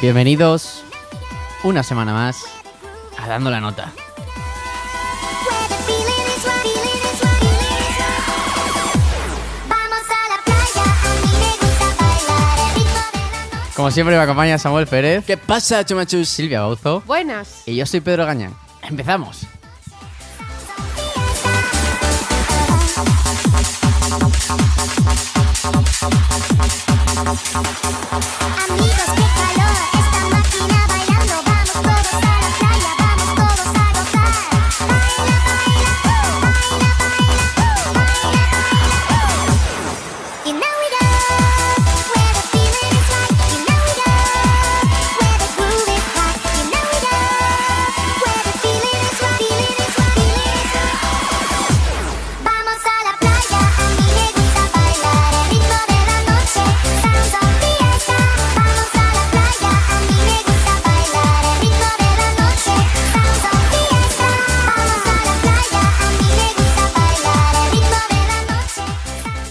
Bienvenidos una semana más a Dando la Nota. Where the feeling is right, feeling is right. Vamos a la playa, a mí me gusta bailar el ritmo de la noche. Como siempre me acompaña Samuel Pérez, ¿Qué pasa, chumachus? Silvia Bauzo Buenas. y yo soy Pedro Gañán. ¡Empezamos! Amigos, qué calor, esta máquina bailando. Vamos todos a la playa, vamos todos a gozar. Baila, baila, uh, baila, baila, uh, baila, uh. You know it all, where the feeling is right. You know it all, where the groove is hot. You know it all, where the feeling is right, feeling is right, feeling is right. Vamos a la playa, a mí me gusta bailar el ritmo de la noche, sounds of fiesta. Vamos a la playa, a mí me gusta bailar el ritmo de la noche, sounds of fiesta. Vamos a la playa, a mí me gusta bailar el ritmo de la noche, sounds of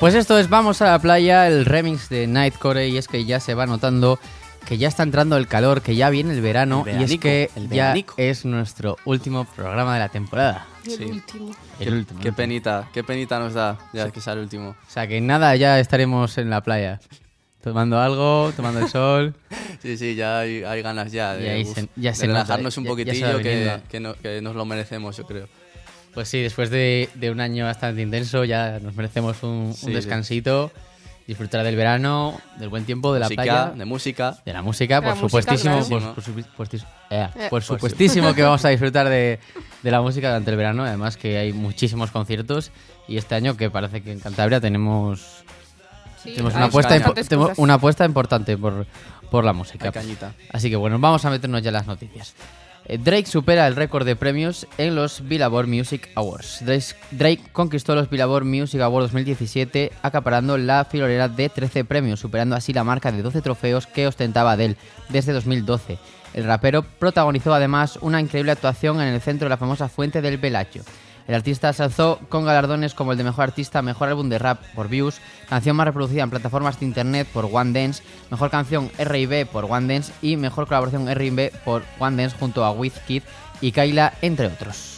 Pues esto es Vamos a la playa, el remix de Nightcore y es que ya se va notando que ya está entrando el calor, que ya viene el verano El y es veranico, que el ya veranico. es nuestro último programa de la temporada. El Sí. último. El último. Qué penita, qué penita nos da, ya que es el último. O sea que nada, ya estaremos en la playa. Tomando algo, tomando el sol. Sí, sí, ya hay, hay ganas ya de, Y ahí uf, se- ya de se nota, relajarnos ya- un ya se va poquitillo que, viniendo. que no- que nos lo merecemos, yo creo. Pues sí, después de, de un año bastante intenso, ya nos merecemos un, un Sí, descansito, disfrutar del verano, del buen tiempo, de la música, playa, de música. de la música, La por música, supuestísimo. claro. por- por supuest- puestis- eh, Eh. por supuestísimo que vamos a disfrutar de, de la música durante el verano. Además, que hay muchísimos conciertos y este año, que parece que en Cantabria tenemos, Sí, tenemos, hay una, apuesta, impo- bastantes tenemos cosas. una apuesta importante por, por la música. Hay cañita. Así que bueno, vamos a meternos ya en las noticias. Eh, Drake supera el récord de premios en los Billboard Music Awards. Drake, Drake conquistó los Billboard Music Awards 2017 acaparando la filorera de 13 premios, superando así la marca de 12 trofeos que ostentaba Adele desde 2012. El rapero protagonizó además una increíble actuación en el centro de la famosa fuente del Velacho. El artista se alzó con galardones como el de Mejor Artista, Mejor Álbum de Rap por Views, Canción más reproducida en plataformas de Internet por One Dance, Mejor Canción R&B por One Dance y Mejor Colaboración R&B por One Dance junto a Wizkid y Kyla, entre otros.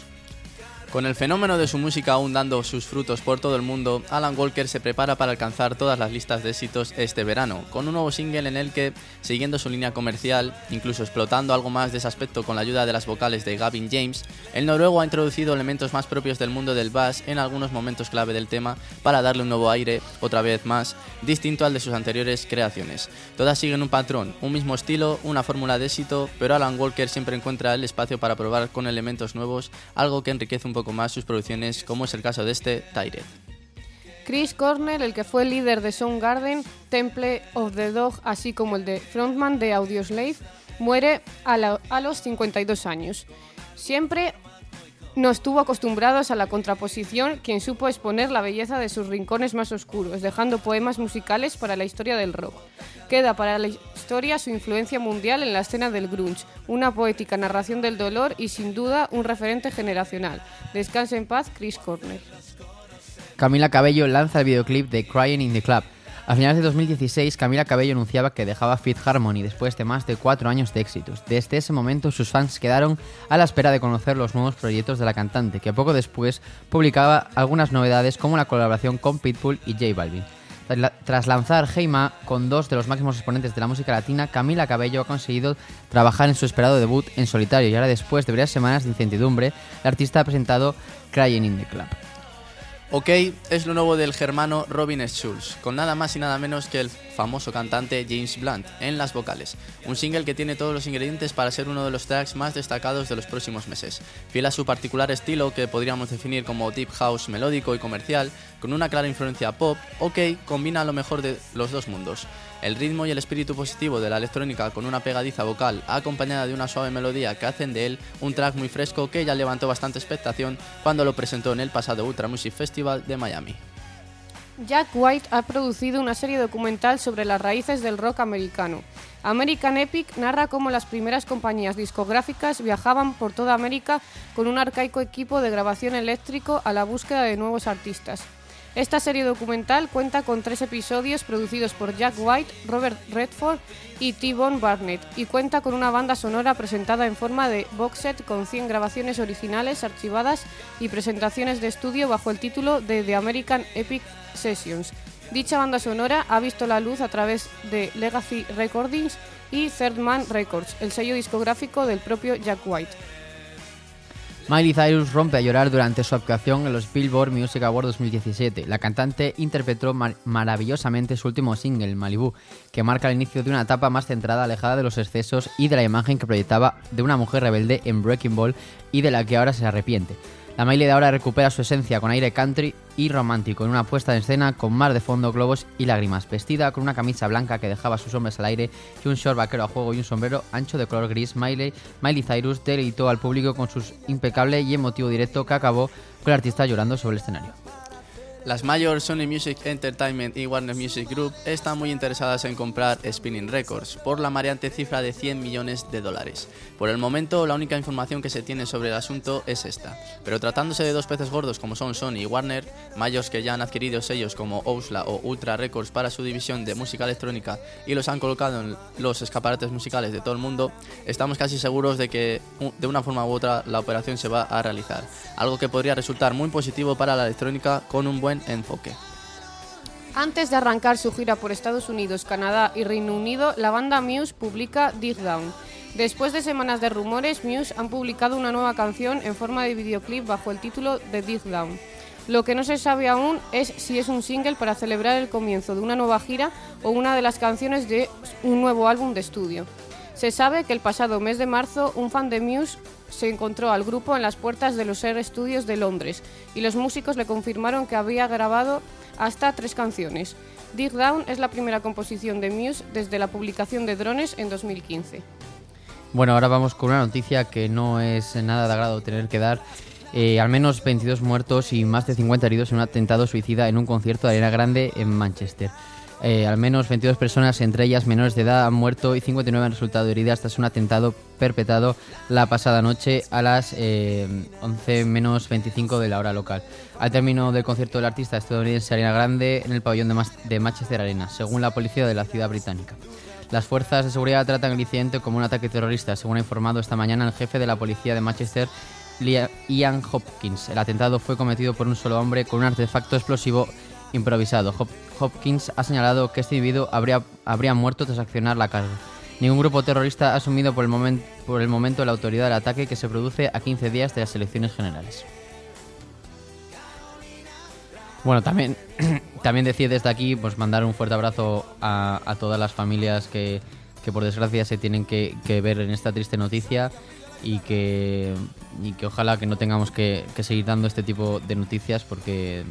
Con el fenómeno de su música aún dando sus frutos por todo el mundo, Alan Walker se prepara para alcanzar todas las listas de éxitos este verano, con un nuevo single en el que, siguiendo su línea comercial, incluso explotando algo más de ese aspecto con la ayuda de las vocales de Gavin James, el noruego ha introducido elementos más propios del mundo del bass en algunos momentos clave del tema para darle un nuevo aire, otra vez más, distinto al de sus anteriores creaciones. Todas siguen un patrón, un mismo estilo, una fórmula de éxito, pero Alan Walker siempre encuentra el espacio para probar con elementos nuevos, algo que enriquece un poco más sus producciones, como es el caso de este Tyred. Chris Cornell, el que fue líder de Soundgarden, Temple of the Dog, así como el de frontman de Audioslave, muere a, la- a los 52 años. Siempre nos tuvo acostumbrados a la contraposición, quien supo exponer la belleza de sus rincones más oscuros, dejando poemas musicales para la historia del rock. Queda para la historia su influencia mundial en la escena del grunge, una poética narración del dolor y sin duda un referente generacional. Descanse en paz, Chris Cornell. Camila Cabello lanza el videoclip de Crying in the Club. A finales de 2016, Camila Cabello anunciaba que dejaba Fifth Harmony después de más de cuatro años de éxitos. Desde ese momento, sus fans quedaron a la espera de conocer los nuevos proyectos de la cantante, que poco después publicaba algunas novedades como la colaboración con Pitbull y J Balvin. Tras la- Tras lanzar Heima con dos de los máximos exponentes de la música latina, Camila Cabello ha conseguido trabajar en su esperado debut en solitario y ahora después de varias semanas de incertidumbre, la artista ha presentado Crying in the Club. Ok es lo nuevo del germano Robin Schulz, con nada más y nada menos que el famoso cantante James Blunt en las vocales. Un single que tiene todos los ingredientes para ser uno de los tracks más destacados de los próximos meses. Fiel a su particular estilo, que podríamos definir como deep house melódico y comercial, con una clara influencia pop, OK combina lo mejor de los dos mundos. El ritmo y el espíritu positivo de la electrónica con una pegadiza vocal acompañada de una suave melodía que hacen de él un track muy fresco que ya levantó bastante expectación cuando lo presentó en el pasado Ultra Music Festival de Miami. Jack White ha producido una serie documental sobre las raíces del rock americano. American Epic narra cómo las primeras compañías discográficas viajaban por toda América con un arcaico equipo de grabación eléctrico a la búsqueda de nuevos artistas. Esta serie documental cuenta con tres episodios producidos por Jack White, Robert Redford y T-Bone Barnett y cuenta con una banda sonora presentada en forma de box set con 100 grabaciones originales archivadas y presentaciones de estudio bajo el título de The American Epic Sessions. Dicha banda sonora ha visto la luz a través de Legacy Recordings y Third Man Records, el sello discográfico del propio Jack White. Miley Cyrus rompe a llorar durante su actuación en los Billboard Music Awards 2017. La cantante interpretó mar- maravillosamente su último single, Malibu, que marca el inicio de una etapa más centrada, alejada de los excesos y de la imagen que proyectaba de una mujer rebelde en Breaking Ball y de la que ahora se arrepiente. La Miley de ahora recupera su esencia con aire country y romántico, en una puesta en escena con mar de fondo, globos y lágrimas, vestida con una camisa blanca que dejaba sus hombres al aire y un short vaquero a juego y un sombrero ancho de color gris. Miley, Miley Cyrus deleitó al público con su impecable y emotivo directo que acabó con el artista llorando sobre el escenario. Las Major Sony Music Entertainment y Warner Music Group están muy interesadas en comprar Spinning Records por la mareante cifra de 100 millones de dólares. Por el momento, la única información que se tiene sobre el asunto es esta. Pero tratándose de dos peces gordos como son Sony y Warner, Majors que ya han adquirido sellos como Ousla o Ultra Records para su división de música electrónica y los han colocado en los escaparates musicales de todo el mundo, estamos casi seguros de que u- de una forma u otra la operación se va a realizar. Algo que podría resultar muy positivo para la electrónica con un buen enfoque. Antes de arrancar su gira por Estados Unidos, Canadá y Reino Unido, la banda Muse publica Dig Down. Después de semanas de rumores, Muse han publicado una nueva canción en forma de videoclip bajo el título de Dig Down. Lo que no se sabe aún es si es un single para celebrar el comienzo de una nueva gira o una de las canciones de un nuevo álbum de estudio. Se sabe que el pasado mes de marzo un fan de Muse se encontró al grupo en las puertas de los Air Studios de Londres y los músicos le confirmaron que había grabado hasta tres canciones. Dig Down es la primera composición de Muse desde la publicación de Drones en 2015. Bueno, ahora vamos con una noticia que no es nada de agrado tener que dar. Eh, al menos 22 muertos y más de 50 heridos en un atentado suicida en un concierto de Arena Grande en Manchester. Eh, al menos 22 personas, entre ellas menores de edad, han muerto y 59 han resultado heridas tras un atentado perpetrado la pasada noche a las eh, 11 menos 25 de la hora local. Al término del concierto del artista estadounidense Arena Grande en el pabellón de, Mas- de Manchester Arena, según la policía de la ciudad británica. Las fuerzas de seguridad tratan el incidente como un ataque terrorista, según ha informado esta mañana el jefe de la policía de Manchester, Lia- Ian Hopkins. El atentado fue cometido por un solo hombre con un artefacto explosivo improvisado. Hop- Hopkins ha señalado que este individuo habría, habría muerto tras accionar la carga. Ningún grupo terrorista ha asumido por el, momen- por el momento la autoridad del ataque que se produce a 15 días de las elecciones generales. Bueno, también, también decir desde aquí, pues mandar un fuerte abrazo a, a todas las familias que, que por desgracia se tienen que, que ver en esta triste noticia y que, y que ojalá que no tengamos que, que seguir dando este tipo de noticias porque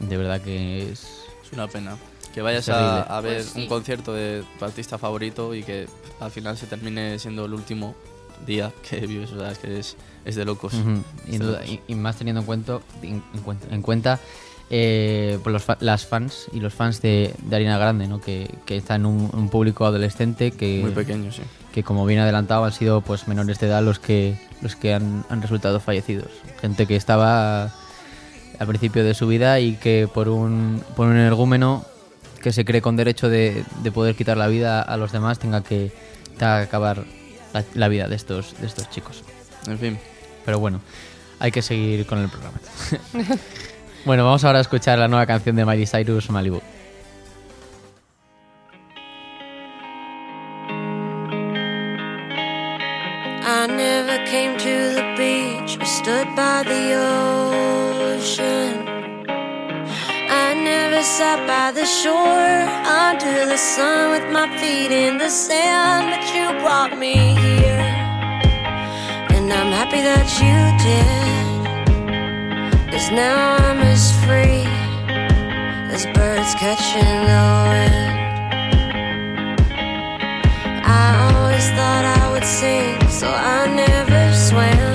de verdad que es... Es una pena que vayas Es a, terrible. a ver Pues sí. un concierto de tu artista favorito y que al final se termine siendo el último día que vives. O sea, es que es, es de locos. Ujú, y, Es de duda- locos. y- y más teniendo en cuenta, en, en cuenta, en cuenta, eh, pues los fa- las fans y los fans de, de Arena Grande, ¿no? que, que están en un, un público adolescente que... Muy pequeño, sí. que como bien adelantado han sido pues menores de edad los que los que han, han resultado fallecidos gente que estaba al principio de su vida y que por un por un energúmeno que se cree con derecho de, de poder quitar la vida a los demás tenga que, tenga que acabar la, la vida de estos de estos chicos En fin. pero bueno hay que seguir con el programa bueno vamos ahora a escuchar la nueva canción de Miley Cyrus Malibu I never came to the beach or stood by the ocean. I never sat by the shore under the sun with my feet in the sand, but you brought me here. And I'm happy that you did. Cause now I'm as free as birds catching the wind. I always thought I would sing, so I never swam.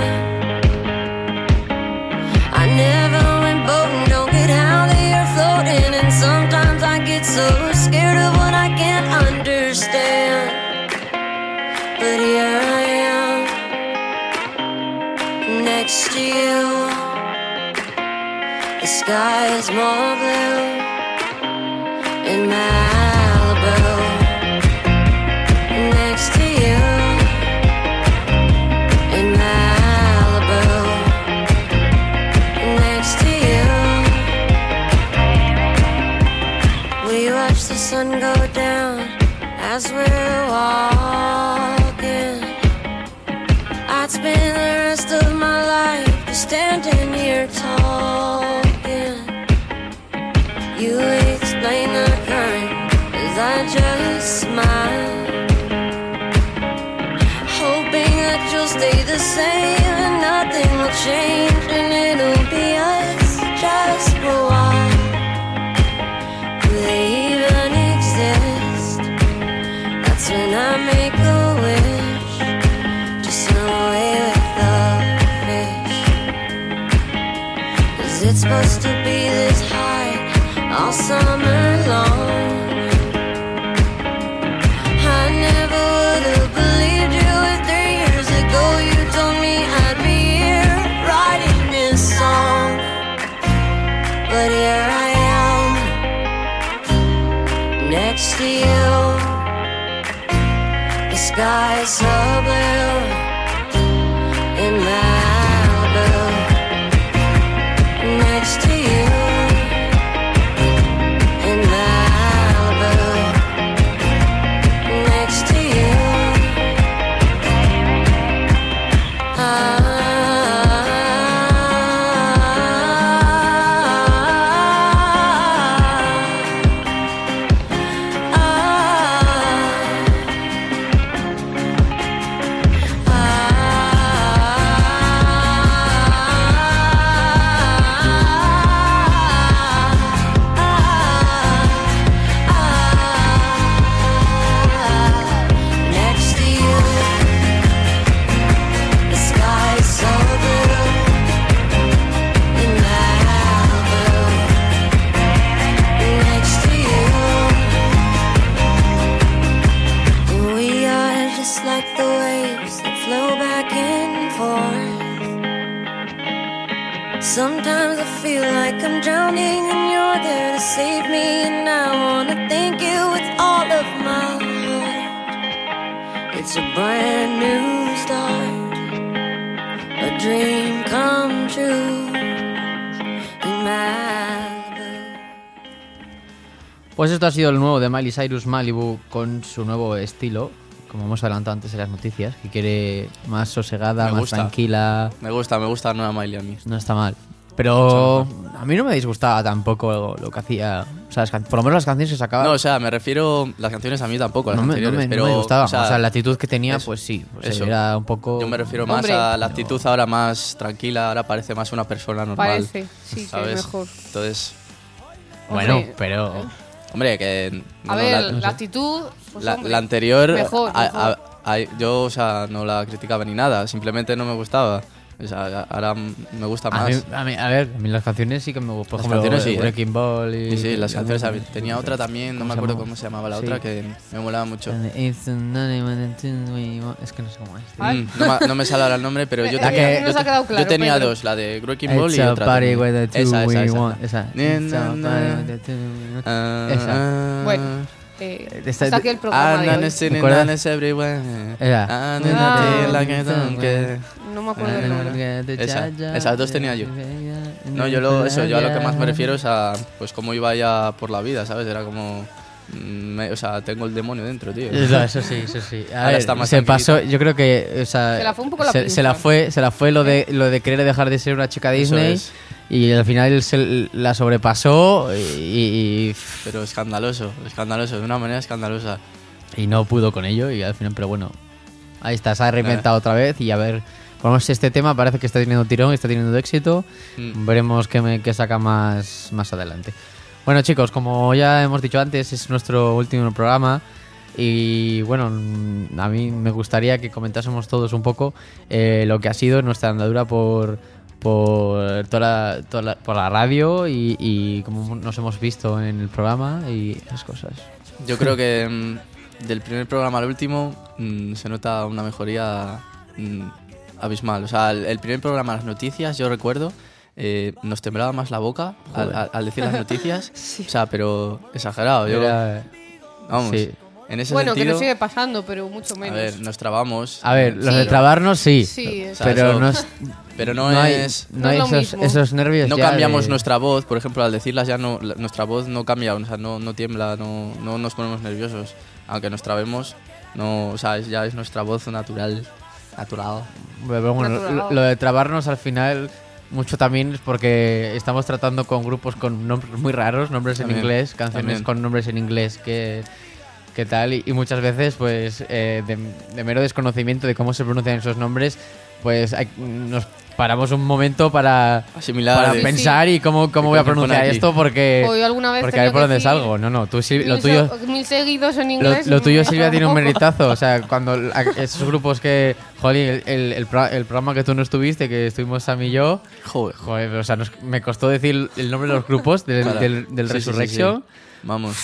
I never went boating, don't get how they are floating. And sometimes I get so scared of what I can't understand. But here I am, next to you. It's sky is more blue in Malibu. Next to you in Malibu. Next to you, we watch the sun go down as we're walking. I'd spend the rest of my life just standing here talking. You explain the current as I just smile. Hoping that you'll stay the same and nothing will change and it'll be us just for a while. Do they even exist? That's when I make a wish. Just run away with the fish. Is it supposed to be this high all summer long? I never would have believed you if three years ago you told me I'd be here writing this song. But here I am, next to you. The sky is so blue in Malibu. Next to you in Malibu. Next to you. Ah, ah, ah. Next to you, the sky is so blue in Malibu. Next to you. And we are just like the waves that flow back and forth. Sometimes I feel like I'm drowning, and you're there to save me. And I wanna thank you with all of my heart. It's a brand new start, a dream come true. In Malibu. Pues esto ha sido el nuevo de Miley Cyrus Malibu con su nuevo estilo, como hemos adelantado antes en las noticias, que quiere más sosegada, Me más gusta. tranquila. Me gusta, me gusta la nueva Miley a mí. No está mal. Pero a mí no me disgustaba tampoco lo que hacía. O sea, las can- por lo menos las canciones que sacaba. No, o sea, me refiero las canciones a mí tampoco, las Ah. no me, no anteriores, me- no pero me gustaba. o sea, la actitud que tenía, eso, pues sí. pues eso. Era un poco. yo me refiero más Hombre. a la actitud ahora más tranquila, ahora parece más una persona normal. Parece, sí, que ¿sabes? mejor. Entonces, Bueno, Hombre. eh, pero. hombre, que A no, ver, la- la, actitud. pues, La, hombre, la anterior, Mejor, a- mejor. a- a- yo, o sea, no la criticaba ni nada, simplemente no me gustaba. O sea, a- ahora m- me gusta A, más. mí- a mí- a ver, a mí las canciones sí que me gustan. Por Las ejemplo, canciones sí, ¿eh? Wrecking Ball y. Sí, sí, las canciones. a mí- Tenía otra también, no se me acuerdo llamaba? cómo se llamaba la Sí. Ah. otra, que me molaba mucho. And it's anonymous- Es que no sé cómo es. tío. Mm, no, ma- no me sale ahora el nombre, pero yo Eh, La tenía, que- yo nos ha te- quedado claro, yo tenía Pedro. dos, la de Wrecking Ball It's y a otra. party también. with the two esa, esa, we esa. want. Esa. Ni- It's a na- na- party with the two we want. Ah, Esa. Bueno, eh, Esta- hasta aquí el ah, programa de na- na- hoy. na- na- ¿Recuerdas? na- everywhere. Era. Ah, na- na- Ah. la que don't care. No me acuerdo del nombre. Esa, esas dos tenía yo. No, yo lo, eso, yo a lo que más me refiero es a pues cómo iba ya por la vida, ¿sabes? Era como mm, me- o sea, tengo el demonio dentro, tío. No, eso sí, eso sí. A Ahora ver, está más se tranquilito. pasó, yo creo que, o sea, Se la fue un poco la se, pinza. se la fue, se la fue lo de lo de querer dejar de ser una chica Eso Disney es. y al final se la sobrepasó y, Pero escandaloso, escandaloso, de una manera escandalosa. y- y no pudo con ello y al final, pero bueno, ahí está, se ha reinventado otra vez y a ver, vamos este tema parece que está teniendo tirón, está teniendo éxito, Mm. veremos qué, me- qué saca más más adelante. Bueno chicos, como ya hemos dicho antes, es nuestro último programa. Y bueno, mm, a mí me gustaría que comentásemos todos un poco eh, lo que ha sido nuestra andadura por, por, toda la, toda la- por la radio y, y cómo nos hemos visto en el programa y esas cosas. Yo creo que mm, del primer programa al último mm, se nota una mejoría mm, abismal. O sea, el, el primer programa, las noticias, yo recuerdo, eh, nos temblaba más la boca al, al- al decir las noticias. O sea, pero exagerado. Yo, Era- vamos, sí. en ese Bueno, que sentido, nos sigue pasando, pero mucho a menos. ver, nos trabamos. A ver, los Sí. de trabarnos sí. Sí, O sea, pero eso- no es. pero no, No hay, es... no No hay es lo esos, mismo. esos nervios. No ya cambiamos de- nuestra voz, por ejemplo, al decirlas ya no, la- nuestra voz no cambia, o sea, no, no tiembla, no, no nos ponemos nerviosos. Aunque nos trabemos, no, o sea, es- ya es nuestra voz natural, natural. Bueno, bueno, Natural. lo, lo de trabarnos al final, mucho también es porque estamos tratando con grupos con nombres muy raros, nombres También, en inglés, canciones también. con nombres en inglés que, que tal, y, y muchas veces, pues, eh, de, de mero desconocimiento de cómo se pronuncian esos nombres, pues hay- nos paramos un momento para, Asimilar. para de- Sí, sí. pensar y cómo, cómo Y voy a qué pone pronunciar aquí. esto, porque, O yo alguna vez porque a tenía ver por que dónde decir salgo. No, no, tú, Sil- lo mil tuyo... se- Mil seguidos en Lo, inglés. lo tuyo, me- Silvia, tiene un tampoco. meritazo. O sea, cuando l- a- esos grupos que. Joder, el, el- el pro- el programa que tú no estuviste, que estuvimos Sam y yo. Joder. Joder, o sea, nos- me costó decir el nombre de los grupos del, Para. del, del Sí, sí, sí, Resurrection. sí. Vamos.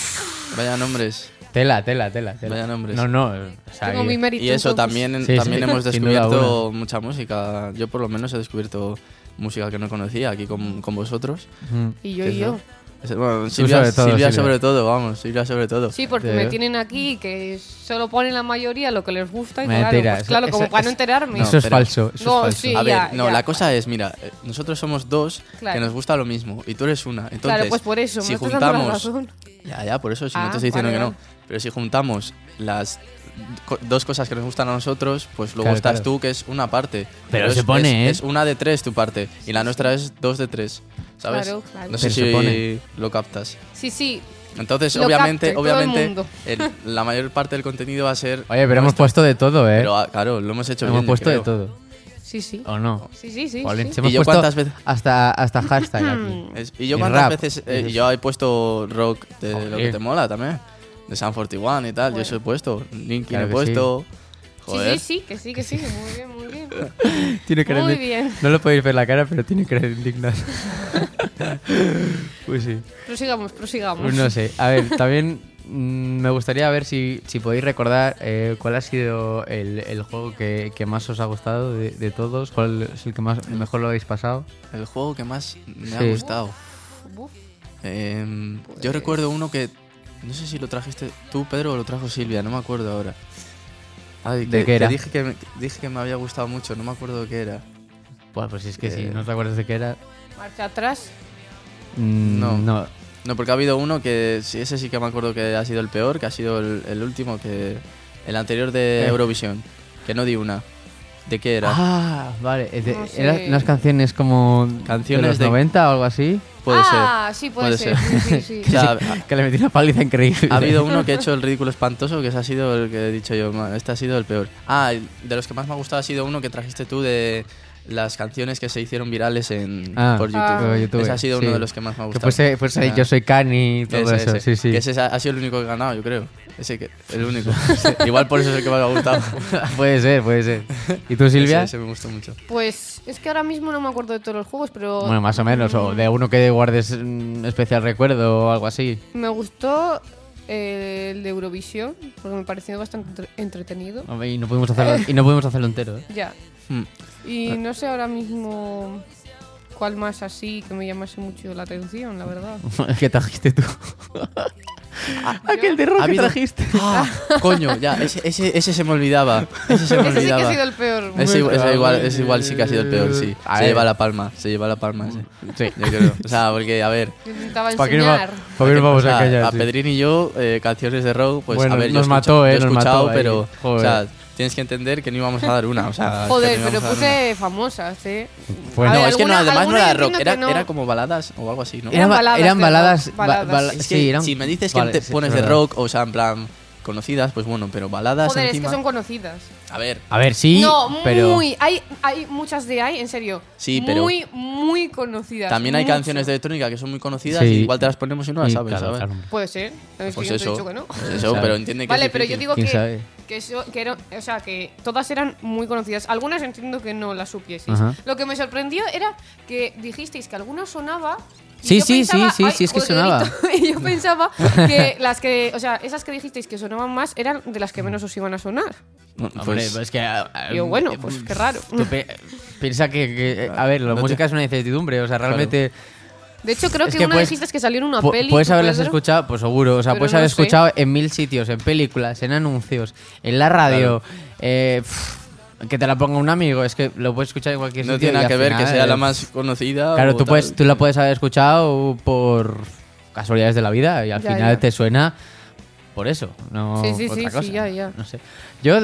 Vaya nombres. Tela, tela, tela. tela. Vaya nombres. No, no. o sea, Tengo que- mi mérito. Y eso entonces. también, Sí, también sí, hemos sin duda descubierto mucha música. Yo por lo menos he descubierto música que no conocía aquí con, con vosotros. Mm. Y yo, que es y lo- yo. Es- Bueno, Silvia sobre todo, Silvia Silvia. sobre todo, vamos, Silvia sobre todo. Sí, porque Sí. me tienen aquí que solo ponen la mayoría lo que les gusta y claro, Mentira, pues eso- claro, como eso- para no eso- enterarme. No, eso es pero- falso. Eso No, es falso. sí. A ver, ya, no, ya. la cosa es, mira, eh, nosotros somos dos Claro. que nos gusta lo mismo y tú eres una. Entonces, claro, pues por eso, si me estás dando la juntamos, razón. ya, ya, por eso, si no Ah, te estoy diciendo vale, que no, vale. pero si juntamos las co- dos cosas que nos gustan a nosotros, pues luego Claro, estás claro. tú que es una parte. Pero es- se pone, es, ¿eh? es una de tres tu parte y la nuestra es dos de tres, ¿sabes? Claro, claro. No sé Pero si se pone. lo captas. Sí, sí. Entonces, Lo obviamente, capte todo el obviamente, mundo. el- la mayor parte del contenido va a ser. Oye, pero hemos puesto de todo, ¿eh? Pero ah, claro, lo hemos hecho hemos bien, puesto creo. de todo. Sí, sí. ¿O no? Sí, sí, sí. Oh, Jolín, sí. Mm. se hemos ¿Y yo puesto cuántas veces? Hasta, hasta hashtag aquí. Es- y yo Y cuántas rap. veces eh, Dices- yo he puesto rock de lo que Joder. te mola también. De San 41 y tal, yo eso he puesto. Linkin Claro he que puesto. Joder. Sí, sí, sí, que sí, que sí. Muy bien, muy bien. Tiene cara Muy de- bien. No lo podéis ver la cara, pero tiene cara indignada. pues sí. Prosigamos, prosigamos. Pues No sé. A ver, también mm, me gustaría ver si, si podéis recordar eh, cuál ha sido el, el juego que, que más os ha gustado de, de todos, cuál es el que más el mejor lo habéis pasado. El juego que más me ha Sí. gustado. Uf, Em, Yo recuerdo uno que. No sé si lo trajiste tú, Pedro, o lo trajo Silvia, no me acuerdo ahora. ¿De Ay, que- qué que era? dije, que me, dije que me había gustado mucho, no me acuerdo qué era. Buah, pues es que si Eh. no te acuerdas de qué era. Marcha atrás. mm, No. no. No, porque ha habido uno que. Sí, ese sí que me acuerdo que ha sido el peor, que ha sido el, el último, que. El anterior de Eh. Eurovisión. Que no di una. ¿De qué era? Ah, vale. eh, de- No sé. Eran unas canciones como. Canciones de los de- 90 o algo así. Puede ah, sí, puede, puede ser. Sí, sí, ser. sí. O sea, Que le metí una paliza increíble. ha habido uno que ha hecho el ridículo espantoso, que ese ha sido el que he dicho yo, "Ma, este ha sido el peor. Ah, el- de los que más me ha gustado ha sido uno que trajiste tú de las canciones que se hicieron virales en, Ah, por YouTube. Ah. por YouTube, Ese ha sido sí. uno de los que más me ha Que gustado. fuese, fuese Ah. yo soy Cani y todo Ese, eso. ese. Sí, sí. Que ese ha ha sido el único que he ganado, yo creo. Ese que, el único. Igual por eso es el que más me ha gustado. Puede ser, puede ser. ¿Y tú, Silvia? Ese, ese me gustó mucho. Pues es que ahora mismo no me acuerdo de todos los juegos, pero Bueno, más o menos, o de uno que guardes un especial recuerdo o algo así. me gustó eh, el de Eurovisión, porque me pareció bastante entre- entretenido. Hombre, Y no pudimos hacerlo, y no pudimos hacerlo entero, ¿eh? Ya. Hmm. Y no sé ahora mismo cuál más así que me llamase mucho la atención, la verdad. ¿Qué trajiste tú? Aquel de rock Ha que habido- trajiste. Ah, coño, ya, ese, ese, ese se me olvidaba. Ese se me Ese sí que olvidaba. ha sido el peor. Ese, Muy ese claro. igual, ese igual sí que ha sido el peor, sí. A se ver. lleva la palma, se lleva la palma, sí. Sí. Yo creo. O sea, porque, a ver. Yo intentaba ¿Para qué, va- enseñar. Ah, pa' qué nos vamos o sea, a callar? a sí? Pedrín y yo, eh, canciones de rock, pues Bueno, a ver, yo nos escucho- mató, eh, yo he nos escuchado, mató ahí. pero. O Joder. sea, tienes que entender que no íbamos a dar una. O sea, Joder, que no pero íbamos a dar puse famosas, ¿eh? Bueno. A una. ver, No, es que no, alguna- además no alguna era yo rock, entiendo era, que no. era como baladas o algo así, ¿no? Eran, Eran ba- baladas eran de baladas. rock, ba- baladas. bala- Es que sí, eran- si me dices Vale, que te sí, pones es de verdad. rock, o sea, en plan conocidas, pues bueno, pero baladas Joder, es encima. que son conocidas. A ver, A ver, sí, no, pero. muy. Hay, hay muchas de ahí, en serio. Sí, pero- Muy, muy conocidas. también hay mucho. canciones de electrónica que son muy conocidas Sí. y igual te las ponemos y no las Y sabes, claro, ¿sabes? claro. Puede ser. Es que Pues yo te he eso, dicho que no. pues eso, Sabe. pero entiende que Vale, es pero yo difícil. digo ¿Quién que, sabe? que, eso- que era- o sea, que todas eran muy conocidas. Algunas entiendo que no las supieseis. Ajá. Lo que me sorprendió era que dijisteis que alguna sonaba Y Sí, yo sí, pensaba, sí, sí, "Ay, sí, es que joder, sonaba". grito. Y yo pensaba que las que, o sea, esas que dijisteis que sonaban más eran de las que menos os iban a sonar. Hombre, pues, es que. ah, ah, Yo, bueno, pues, qué raro. tú pe- piensa que, que, eh, A ver, la No te- música es una incertidumbre. O sea, realmente. De hecho, creo Es que, que una puedes- dijisteis que salió en una pu- peli. puedes tú, haberlas Pedro. escuchado, pues seguro. O sea, Pero puedes no haber sé. escuchado en mil sitios, en películas, en anuncios, en la radio. eh, pff, que te la ponga un amigo. Es que lo puedes escuchar en cualquier No sitio. tiene y nada al que ver que final, sea la eh, más conocida. Claro, o tú, tal. puedes, tú la puedes haber escuchado por casualidades de la vida y al Ya, final ya. te suena por eso, no Sí, sí, por sí, otra sí, cosa. ya, ya. No sé. Yo,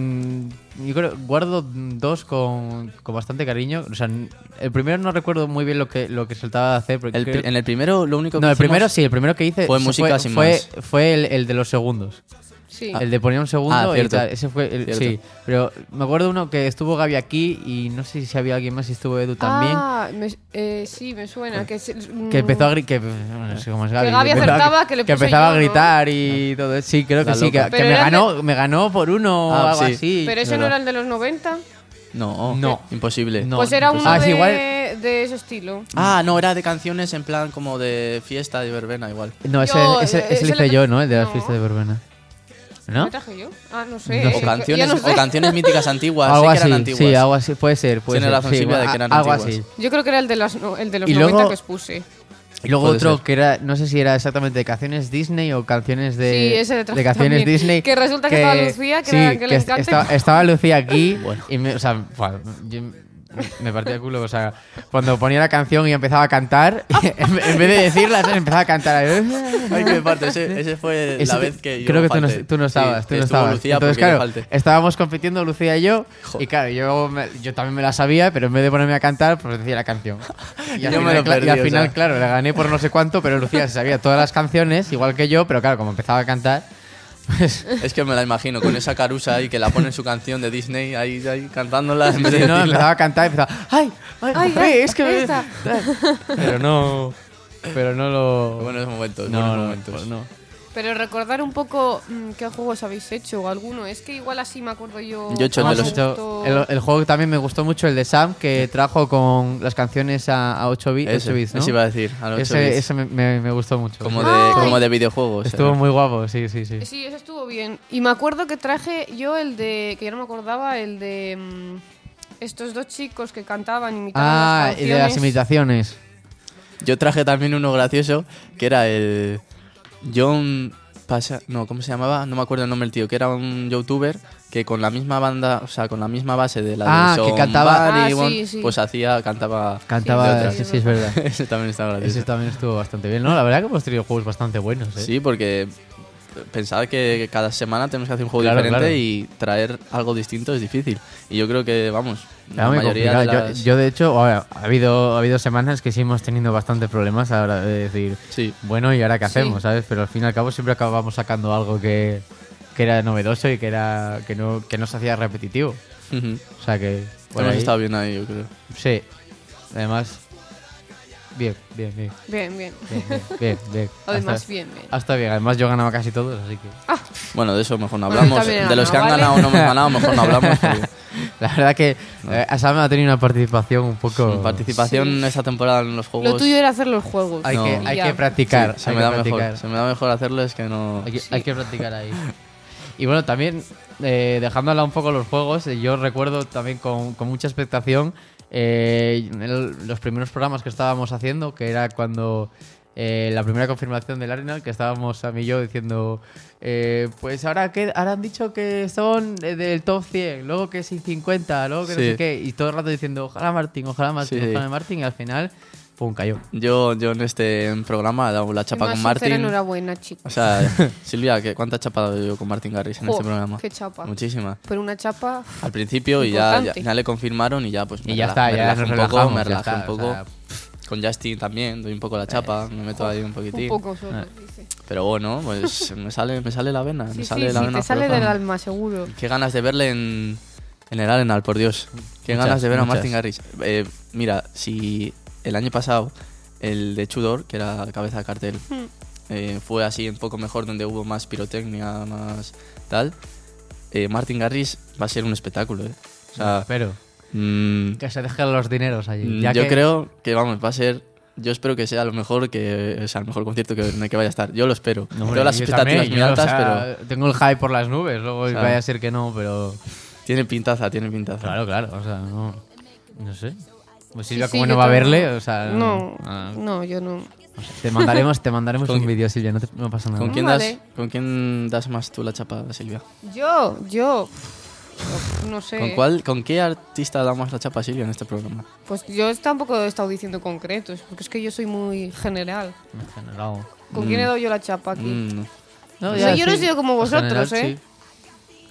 mm, yo creo, guardo dos con, con bastante cariño. O sea, n- el primero no recuerdo muy bien lo que, lo que soltaba hacer. Porque El creo- pri- en el primero, lo único que. no, el hicimos- primero sí, el primero que hice fue música fue, sin fue, más. fue el, el de los segundos. Sí. El de poner un segundo Ah, cierto. y tal. Ese fue el, Cierto. sí. Pero me acuerdo uno que estuvo Gaby aquí y no sé si había alguien más y estuvo Edu también. Pues, Ah, me- eh, sí, me suena. Que, se- mm, Que empezó a gritar. Que, bueno, no sé cómo es Gaby. Gaby empezó a- acertaba, que le puse empezaba yo, a ¿no? gritar y todo eso. Sí, creo que La sí. Que, loca. que Pero me, era el de- ganó, me ganó por uno o Ah, algo sí. así. Pero ese no era el de los 90. No, eh, No. Imposible. No. pues era pues- uno Ah, es de, igual- de ese estilo. Ah, no, era de canciones en plan como de fiesta, de verbena, igual. No, ese, Yo, ese, eh, ese ese lo lo hice pe- yo, ¿no? El de las No. fiestas de verbena. ¿No? ¿Qué traje yo? Ah, no sé. No eh, sé. ya O no canciones, sé. o canciones míticas antiguas. algo sé que así. eran antiguas. Sí, algo así. Puede ser. Puede Tiene ser. razón sí, Silvia de a- que eran algo antiguas. así. Yo creo que era el de, las, no- el de los Y 90 luego- que os puse. Y luego Puede otro ser. que era, no sé si era exactamente de canciones Disney o canciones de, Sí, ese de traje de canciones también. Disney. Que resulta que estaba Lucía, que era- que le est- encanta. Estaba, estaba Lucía aquí y me, o sea, buah, yo me partía el culo. O sea, cuando ponía la canción y empezaba a cantar, en en vez de decirla, empezaba a cantar. Ay, que me parte, ese, ese fue Ese la te- vez que yo creo que tú no, falté. tú no Sí, estabas, tú no estuvo estabas. Lucía Entonces, porque yo claro, falté. estábamos compitiendo Lucía y yo. Y Joder. claro, yo, me- yo también me la sabía, pero en vez de ponerme a cantar, pues decía la canción. Y al Yo me final, lo cla- y perdí, al o final, sea. claro, la gané por no sé cuánto, pero Lucía se sabía todas las canciones, igual que yo, pero claro, como empezaba a cantar, pues. Es que me la imagino con esa carusa ahí que la pone en su canción de Disney, ahí, ahí cantándola. en vez si de pues, no, decirla. empezaba a cantar y empezaba. ¡Ay! ¡Ay! Ay, ay, ay, es que. me-". esta. Pero no. Pero no lo. Buenos momentos, no, buenos no, momentos. pues no. Pero recordar un poco mm, qué juegos habéis hecho o alguno. Es que igual así me acuerdo yo. Yo he hecho el cuál de me los- Mucho. gustó. El, el juego que también me gustó mucho, el de Sam, que trajo con las canciones a, a 8 bits. Ese, 8 bits, ¿no? ese iba a decir, a los 8 Ese, bits. ese me, me- me gustó mucho. Como de, Ay. como de videojuegos. eh. Estuvo ¿no? muy guapo, sí, sí, sí. Sí, eso estuvo bien. Y me acuerdo que traje yo el de. que ya no me acordaba, el de. mm, estos dos chicos que cantaban imitaban Ah, las y de las canciones. imitaciones. Yo traje también uno gracioso que era el John Pasa, no, ¿cómo se llamaba? No me acuerdo el nombre del tío, que era un youtuber que con la misma banda, o sea, con la misma base de la Ah, que de Somebody cantaba- Ah, sí, Want, sí. pues hacía, cantaba de Cantaba, otra. sí, sí, es verdad. Ese también estaba gracioso. Ese también estuvo bastante bien, ¿no? La verdad que hemos tenido juegos bastante buenos, ¿eh? Sí, porque pensar que cada semana tenemos que hacer un juego Claro, diferente claro. y traer algo distinto es difícil. Y yo creo que, vamos, Era la muy mayoría de complicado. Yo- las... yo, de hecho, ahora, ha, habido, ha habido semanas que sí hemos tenido bastantes problemas a la hora de decir, Sí. bueno, ¿y ahora qué Sí. hacemos? ¿Sabes? Pero al fin y al cabo siempre acabamos sacando algo que, que era novedoso y que, era, que, no, que no se hacía repetitivo. Ujú. O sea que... por Hemos ahí- estado bien ahí, yo creo. Sí. Además... Bien, bien, bien. Bien, bien. Bien, bien, bien, bien. Además, Hasta- bien, bien. Hasta bien. Además yo ganaba casi todos, así que... Bueno, de eso mejor no Bueno, hablamos. también De los no, que han ¿vale? ganado o no hemos ganado, mejor no hablamos. porque- La verdad que eh, Asam ha tenido una participación un poco... Participación Sí. en esta temporada en los juegos. Lo tuyo era hacer los juegos. Hay, No. que, Y hay ya. que Sí, practicar. se hay me que da practicar. mejor. Se me da mejor hacerlo, es que no. Hay que, hay que practicar ahí. Y bueno, también, eh, dejándola un poco los juegos, eh, yo recuerdo también con, con mucha expectación eh, el- los primeros programas que estábamos haciendo, que era cuando eh, la primera confirmación del Arenal, que estábamos a mí y yo diciendo, eh, pues ahora, que, ahora han dicho que son eh, del top 100, luego que sin 50, luego que no Sí. sé qué, y todo el rato diciendo, ojalá Martín, ojalá Martín, Sí. ojalá Martín, y al final, pum, cayó. Yo, yo en este programa he dado la chapa Más con sincera Martín. enhorabuena, chicos. O sea, Silvia, ¿qué- ¿cuánta chapa he dado yo con Martín Garris en Jo, este programa? qué chapa. Muchísima. Pero una chapa. Al principio y ya, ya, Importante. ya le confirmaron y ya pues me Y ya rela- está, me ya relajé nos un poco, relajamos, me ya relajé está, un o poco. sea, Eh, con Justin también, doy un poco la chapa, me meto ahí un Un poquitín. poco Ah. solo. dice. Pero bueno, pues me sale, me sale la vena, Sí, me sí, sale la sí, vena. te sale floja. del alma, seguro. Qué ganas de verle en, en el Arenal, por Dios. Qué Muchas, ganas de ver muchas. a Martin Garrix. Eh, mira, si el año pasado el de Chudor, que era cabeza de cartel, Hmm. eh, fue así un poco mejor, donde hubo más pirotecnia, más tal, eh, Martin Garrix va a ser un espectáculo. eh. O sea, Pero... mm, Que se dejen los dineros allí. mm, ya yo que- creo que, vamos, va a ser Yo espero que sea lo mejor que o sea, el mejor concierto que, en el que vaya a estar. Yo lo espero. No, hombre, Tengo las yo expectativas también, muy yo, o altas, sea, pero Tengo el hype por las nubes, luego Claro. vaya a ser que no, pero. tiene pintaza, tiene pintaza. Claro, claro, o sea, no. No sé. Pues Silvia, sí, como yo no va a tengo- verle, o sea. No, ah, no, yo no. no sé. Te mandaremos, te mandaremos ¿Con un quién? vídeo, Silvia, no, te- no pasa nada. ¿Con quién, Ah, Vale. das, ¿Con quién das más tú la chapa, Silvia? Yo, yo. No sé. ¿Con, cuál, ¿Con qué artista damos la chapa, Silvia, en este programa? Pues yo tampoco he estado diciendo concretos, porque es que yo soy muy general. En general. ¿Con quién he dado yo la chapa aquí? Mm, No, Pues ya, yo no he sí. sido como En vosotros, ¿eh?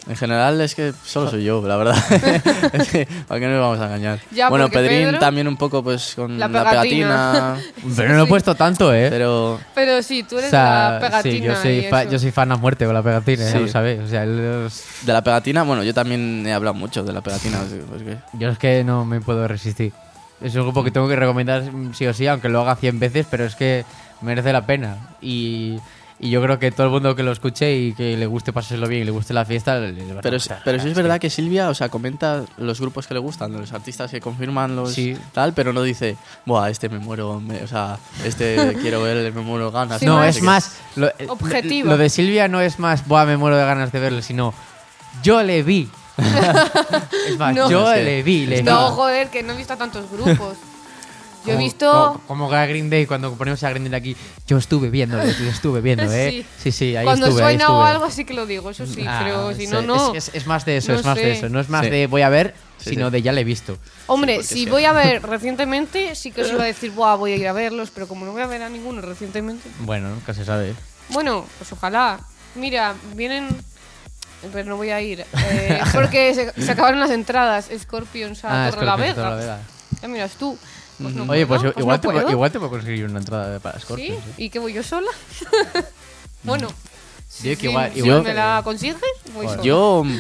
en general es que solo soy yo, la verdad. Es que, ¿Para qué nos vamos a engañar? Ya, bueno, porque Pedrín Pedro- también un poco pues con La la pegatina, Pero no he puesto tanto, ¿eh? pero Pero sí, tú o eres sea, la pegatina. sí, yo y soy, fa- eso. yo soy fan a muerte con la pegatina, ¿eh? Sí. lo sabéis. O sea, los- de la pegatina, bueno, yo también he hablado mucho de la pegatina. así que, pues, que- yo es que no me puedo resistir. Es un grupo que tengo que recomendar mm, sí o sí, aunque lo haga 100 veces, pero es que merece la pena. Y, y yo creo que todo el mundo que lo escuche y que le guste pasárselo bien y le guste la fiesta, le, le va a Pero, es- gustar. pero sí es verdad que Silvia, o sea, comenta los grupos que le gustan, los artistas que confirman los Sí. tal, pero no dice, buah, este me muero, me- o sea, este quiero ver, me muero ganas. Sí, no, no es es- más. Lo, eh, Objetivo. Lo de Silvia no es más, buah, me muero de ganas de verlo, sino yo le vi. es más, No. yo Es que- le vi, le No, vi. joder, que no he visto a tantos grupos. Yo he Oh, Como- visto. Como, como a Green Day, cuando ponemos a Green Day aquí, yo estuve viendo, yo estuve viendo, ¿eh? Sí, sí, ahí Cuando estuve. ahí suena o estuve. algo, sí que lo digo, eso sí, Ah, pero si sí, no, no. Es, es- es más de eso, No es más de sé. eso. No es más Sí. de voy a ver, Sí, sino sí. de ya le he visto. Hombre, porque si es que- voy a ver recientemente, sí que os iba a decir, Buah, voy a ir a verlos, pero como no voy a ver a ninguno recientemente. Bueno, nunca se sabe. Bueno, pues ojalá. Mira, vienen. Pero no voy a ir. eh, porque se, se acabaron las entradas. Scorpions a Ah, Torre la Scorpions, Vega. Torrelavega. Ya miras tú. Pues no Oye, puedo, pues, pues igual, no te puedo. puedo. igual te puedo conseguir una entrada de- para ¿Sí? Scorpions. ¿eh? ¿Y qué voy yo sola? bueno, si, Digo que si- igual- si igual- me la consigues, voy sola. Yo, mm,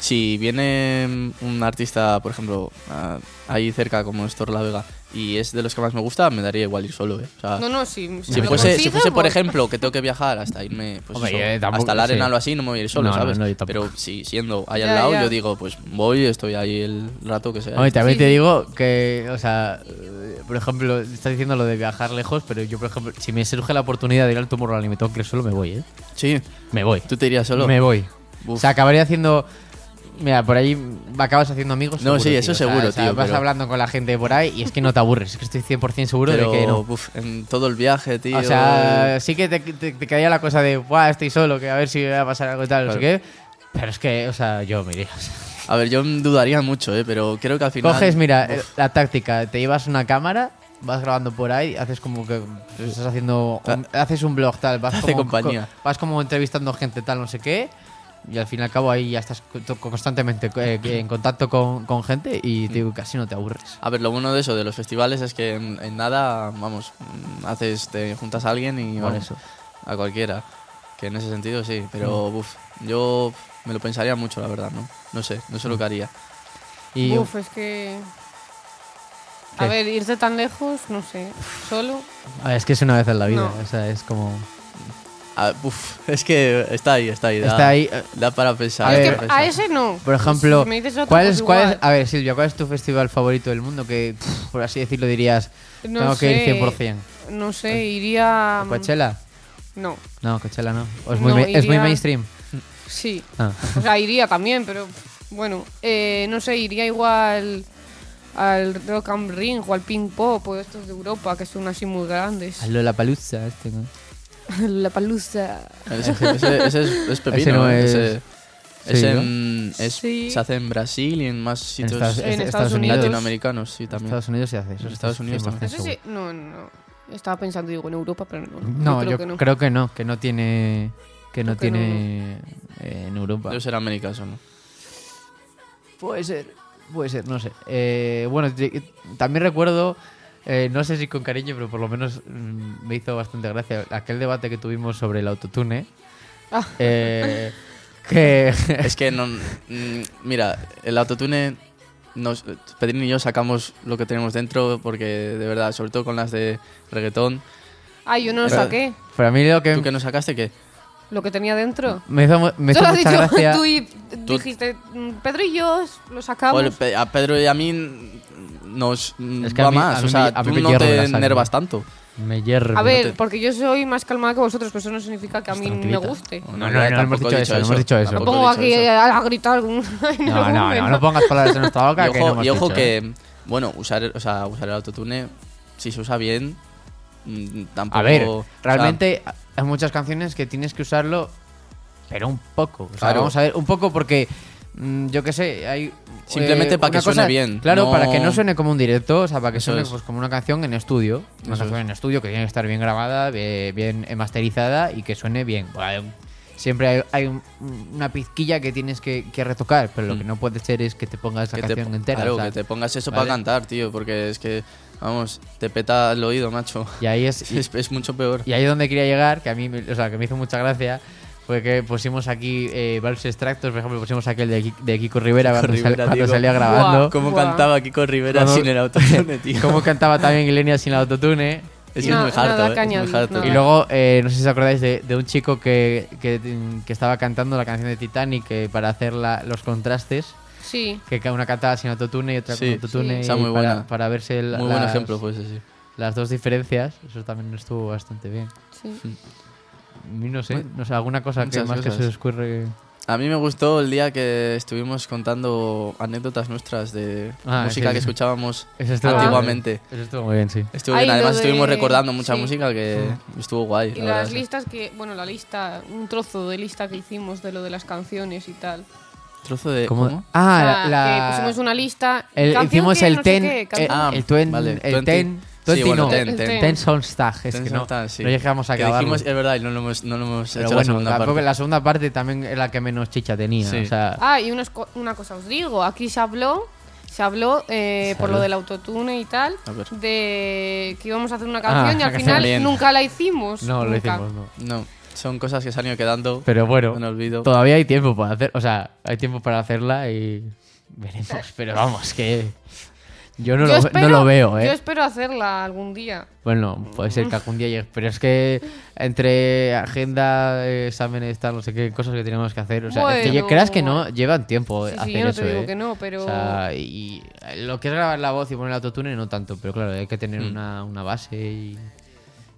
si viene mm, un artista, por ejemplo, ah, ahí cerca como es Thor La Vega, y es de los que más me gusta, me daría igual ir solo, ¿eh? O sea, No, no, si, si Si me pues- lo fuese, si consigues, fuese, por voy. ejemplo, que tengo que viajar hasta irme pues Hombre, eso, eh, tampoco- hasta la arena sí. o así, no me voy a ir solo, No, no, ¿sabes? no, yo tampoco. Pero si siendo ahí Ya, al lado, ya. yo digo, pues voy, estoy ahí el rato que sea. Hombre, también Sí, te sí. digo que, o sea, eh, por ejemplo, estás diciendo lo de viajar lejos, pero yo, por ejemplo, si me surge la oportunidad de ir al Tomorrowland y me tengo que ir solo, me voy, ¿eh? Sí, Me voy. tú te irías solo. Me voy. Uf. O sea, acabaría haciendo. Mira, por ahí acabas haciendo amigos. No, sí, tío. eso O sea, seguro, o sea, tío, vas pero- hablando con la gente por ahí y es que no te aburres. Es que estoy 100% seguro Pero, de que no. uf, en todo el viaje, tío. eh. O sea, sí que te, te, te quedaría la cosa de, Buah, estoy solo, que a ver si va a pasar algo y tal, no sé Claro. qué. Pero es que, o sea, yo me iría. o sea. A ver, yo dudaría mucho, ¿eh? Pero creo que al final... Coges, mira, eh, la táctica, te llevas una cámara, vas grabando por ahí, haces como que estás haciendo, un- haces un blog tal, vas Te Ah. hace como, compañía. co- vas como entrevistando gente tal, no sé qué, y al fin y al cabo ahí ya estás co- to- constantemente eh, en contacto con, con gente Mm. y te digo, casi no te aburres. A ver, lo bueno de eso, de los festivales, es que en, en nada, vamos, mm, haces, te juntas a alguien y Por vamos, eso. Mm. a cualquiera. Que en ese sentido sí, pero uf, yo me lo pensaría mucho, la verdad, ¿no? No sé, no Mm. sé lo que haría. Y Uf, es que. ¿Qué? A ver, irte tan lejos, no sé. Solo. a ver, es que es una vez en la vida, No. o sea, es como... Ah, uf, es que está ahí, está ahí. Da, Está ahí, eh, Da para pensar. A Es da que ver, para a pensar. ese no. Por ejemplo, Si me dices otro, ¿cuál pues es, cuál es, igual. a ver, Silvia, ¿cuál es tu festival favorito del mundo que, pff, por así decirlo, dirías, No tengo que sé. ir 100%? No Pues, sé, iría. mm, ¿A ¿Coachella? No, No, Coachella no. O es, muy, No, ma- es muy iría- mainstream. sí. Ah. O sea, iría también, pero bueno, eh, no sé, iría igual al Rock and Ring o al Pink Pop o estos de Europa que son así muy grandes. A Lollapalooza este, ¿no? La palusa. Ese, ese- ese es, es pepino. Ese no ¿eh? es- sí, Ese- ese ¿no? en- es- Sí. Se hace en Brasil y en más En sitios Estados, En es- Estados Unidos. latinoamericanos, sí, también. Estados Unidos se hace eso. En Estados Unidos sí, más No también. sé si. seguro. No, no. Estaba pensando, digo, en Europa, pero no. No, creo yo que no. creo que no, que no tiene... Que no Creo que tiene eh, en Europa. Debe ser americano, ¿no? Puede ser, puede ser, no sé. Eh, bueno, te- también recuerdo, eh, no sé si con cariño, pero por lo menos mm, me hizo bastante gracia aquel debate que tuvimos sobre el autotune. Ah. Eh, que Es que no. mm, Mira, el autotune. Nos, Pedrín y yo sacamos lo que tenemos dentro porque, de verdad, sobre todo con las de reggaetón. Ah, yo no lo Pero- saqué. para mí lo Em. que ¿Tú que no sacaste qué? Lo que tenía dentro. me hizo, mu- me hizo Solo has mucha dicho gracia... tú y dijiste, "Mm, Pedro y yo lo sacamos. Joder, Pe- a Pedro y a mí mm, nos mm, Es que va a mí- más. a mí o sea, me- a mí tú me no hierve la te sangre. enervas tanto. Me hierve. A ver, te- porque yo soy más calmada que vosotros, pero eso no significa que a mí me Tranquilita. guste. No, no, no, no hemos tampoco dicho he eso, no hemos dicho eso. No tampoco pongo he dicho aquí eso. a, a gritar. en el No, no, volumen, no, no pongas palabras en nuestra boca. Y que no ojo, hemos y ojo dicho, ¿eh? que, bueno, usar, o sea, usar el autotune, si se usa bien, mm, tampoco. A ver, o sea, realmente hay muchas canciones que tienes que usarlo, pero un poco. O sea, Claro. vamos a ver, un poco porque, mm, yo qué sé, hay... Simplemente pa' una que suene bien, Claro, no- para que no suene como un directo, o sea, para que Eso suene es. pues, como una canción en estudio. Una Eso canción en estudio que tiene que estar bien grabada, eh, bien eh, masterizada y que suene bien. Bueno, hay- siempre hay, hay un- una pizquilla que tienes que, que retocar, pero lo que no puede ser es que te pongas la Mm. que te canción po- entera. claro, o sea, que te pongas eso ¿vale? para cantar, tío, porque es que, vamos, te peta el oído, macho. Y ahí es, Es, es mucho peor. Y ahí es donde quería llegar, que a mí, me- o sea, que me hizo mucha gracia, fue que pusimos aquí eh, varios extractos, por ejemplo, pusimos aquel de, Ki- de Kiko Rivera cuando, sal- Rivera, cuando tío. salía grabando. Como Buah. cantaba Kiko Rivera Como- sin el autotune, tío. Cómo cantaba también Ilenia sin el autotune. Es Y- que No, es muy harto, nada eh, que es muy añadir, harto. nada. y luego, eh, no sé si os acordáis de, de un chico que, que, que estaba cantando la canción de Titanic eh, para hacer la- los contrastes, Sí. que ca- una cantaba sin autotune y otra Sí, con autotune, sí. y Está muy para, buena. para verse la- Muy buen las- ejemplo fue ese, sí. las dos diferencias. Eso también estuvo bastante bien. sí. A mí no sé, no sé, alguna cosa que muchas más que cosas. se os ocurre... A mí me gustó el día que estuvimos contando anécdotas nuestras de Ah, música sí. que escuchábamos Eso estuvo muy antiguamente. Eh, bien. Ah, Eso estuvo muy bien, sí. Estuvo Ay, bien, lo Además de- estuvimos recordando mucha sí. música que estuvo guay. Y la verdad, las sí. listas que, bueno, la lista, un trozo de lista que hicimos de lo de las canciones y tal. Trozo de... ¿cómo? O Ah, sea, la... que pusimos una lista. el- canción hicimos que el no sé ten... qué, eh, canción- Ah, el twen... vale, el 20. ten... Sí, 20 bueno, no. ten, El ten. ten Soundstag, es que Tension no, Tan, sí. no llegamos a Que acabarlo. dijimos- es verdad, y no lo hemos, no lo hemos Pero hecho la bueno, segunda la, parte. la segunda parte también es la que menos chicha tenía, Sí. o sea... Ah, y una, esco- una cosa os digo, aquí se habló, se habló eh, por lo del autotune y tal, A ver. de que íbamos a hacer una canción y la al canción. final Bien. nunca la hicimos. no, lo nunca. hicimos, no. No, son cosas que se han ido quedando. Pero bueno, En olvido. todavía hay tiempo para hacer... O sea, hay tiempo para hacerla y... Veremos, pero vamos, que... Yo no, Yo lo, no espero- lo veo, ¿eh? Yo espero hacerla algún día. Bueno, puede ser que algún día llegue, pero es que entre agenda, eh, exámenes, tal, no sé qué, cosas que tenemos que hacer. O sea, es que Bueno, lle- creas que no, bueno. llevan tiempo Sí, sí, hacer yo no te eso. digo eh. que no, pero- O sea, y y lo que es grabar la voz y poner el autotune, no tanto, pero claro, hay que tener Mm. una, una base y.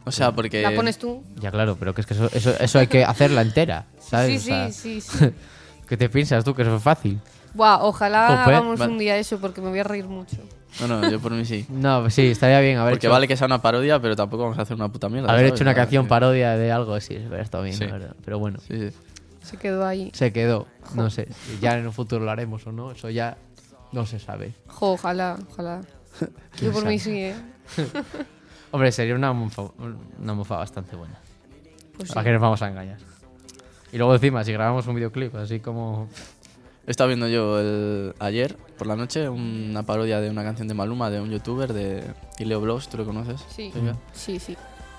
O sea, porque... Eh, ¿La pones tú? Ya, claro, pero que es que eso, eso, eso hay que hacerla entera, ¿sabes? Sí, O sea, sí, sí, sí. ¿Qué te piensas tú? Que eso es fácil. Buah, ojalá Jope, hagamos vale. un día eso porque me voy a reír mucho. No, no, yo por mí sí. No, pues sí, estaría bien haber Porque hecho, vale que sea una parodia, pero tampoco vamos a hacer una puta mierda. haber ¿sabes? hecho una Ahora, canción sí. parodia de algo, sí, está bien, Sí. la verdad. Pero bueno. Sí, sí. Se quedó ahí. se quedó. No sé, si ya en un futuro lo haremos o no, eso ya no se sabe. Jo, ojalá, ojalá. Yo por mí sí, ¿eh? Hombre, sería una mofa, una mofa bastante buena. Pues ¿Para qué nos vamos a engañar? Y luego encima, si grabamos un videoclip, así como... He estado viendo yo el- ayer, por la noche, una parodia de una canción de Maluma, de un youtuber, de Ileo Blogs, ¿tú lo conoces? sí. Venga. Sí, sí.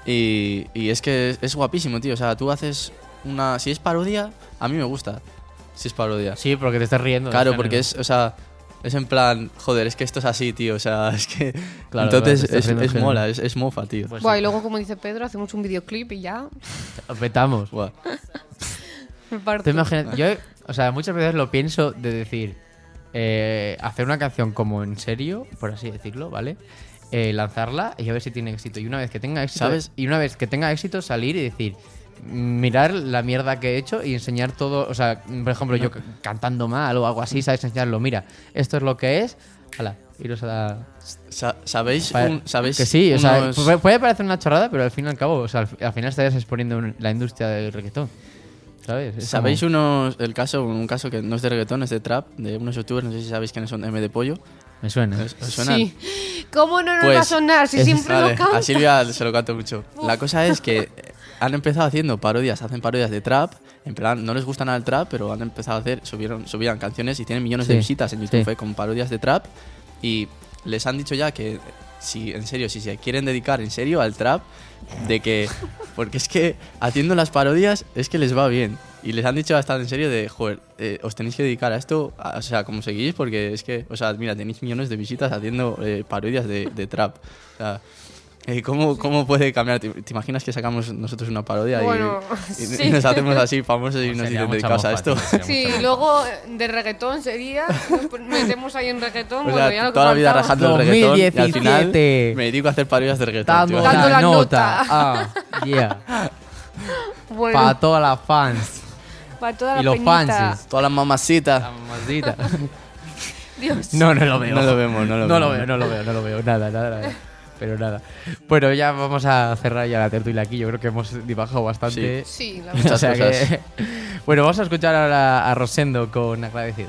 Y, y es que es, es guapísimo, tío. O sea, tú haces una... Si es parodia, a mí me gusta. Si es parodia. Sí, porque te estás riendo. del Claro, género. porque es, o sea, es en plan, joder, es que esto es así, tío. O sea, es que. Claro, entonces claro, te estás es, haciendo es el mola, es, es mofa, tío. Pues Buah, sí, y luego, como dice Pedro, hacemos un videoclip y ya. petamos. Buah. Me parto. Te imaginas- yo, o sea, muchas veces lo pienso de decir, eh, hacer una canción como en serio, por así decirlo, ¿vale? Eh, lanzarla y a ver si tiene éxito. Y una vez que tenga éxito, ¿Sabes? Y una vez que tenga éxito, salir y decir, mirar la mierda que he hecho y enseñar todo, o sea, por ejemplo, yo ca- cantando mal o algo Mm. así, ¿sabes? Enseñarlo, mira, esto es lo que es, hala, iros a la... Sa- ¿Sabéis? pa- un- ¿Sabéis? que sí, o sea, pues, unos- pu- puede parecer una chorrada, pero al fin y al cabo, o sea, al, al final estarías exponiendo un- la industria del reggaetón, ¿sabes? Es ¿Sabéis como- unos, el caso, un caso que no es de reggaetón, es de trap, de unos youtubers, no sé si sabéis quiénes son, M de Pollo? Me suena. ¿Os, os suenan? Sí. ¿Cómo no nos Pues, va a sonar si es- siempre Vale, lo canta? a Silvia se lo canto mucho. La cosa es que eh, han empezado haciendo parodias, hacen parodias de trap. En plan, no les gusta nada el trap, pero han empezado a hacer, subieron, subían canciones y tienen millones de Sí, visitas en YouTube sí. eh, con parodias de trap. Y les han dicho ya que, si en serio, si se quieren dedicar en serio al trap, de que. Porque es que haciendo las parodias es que les va bien. Y les han dicho hasta en serio de, joder, eh, os tenéis que dedicar a esto, a- o sea, como seguís, porque es que, o sea, mira, tenéis millones de visitas haciendo eh, parodias de, de trap. O sea, Eh, ¿cómo, ¿Cómo puede cambiar? ¿Te, te imaginas que sacamos nosotros una parodia y- Bueno, y, y sí. nos hacemos así famosos y nos Pues Sería dicen mucha dedicados a mofa, esto? tío, sería Sí, mucha mofa. luego eh, de reggaetón sería. Nos metemos ahí en reggaetón. O bueno, ya sea, lo toda la vida rajando rajando el reggaetón y al final 2017. me dedico a hacer parodias de reggaetón. Dando tío. la Dando la nota. nota. Ah, yeah. Bueno, Para todas las fans. para toda la y los peñita. fanses. Todas las mamacitas. Maldita. Dios. No, no lo veo. No lo vemos, no lo No lo veo, vemos. no lo veo, no lo veo. Nada, nada, nada. Pero nada. Bueno, ya vamos a cerrar ya la tertulia aquí. Yo creo que hemos divagado bastante. Sí, la Muchas verdad. O sea que- cosas. Bueno, vamos a escuchar ahora a Rosendo con agradecido.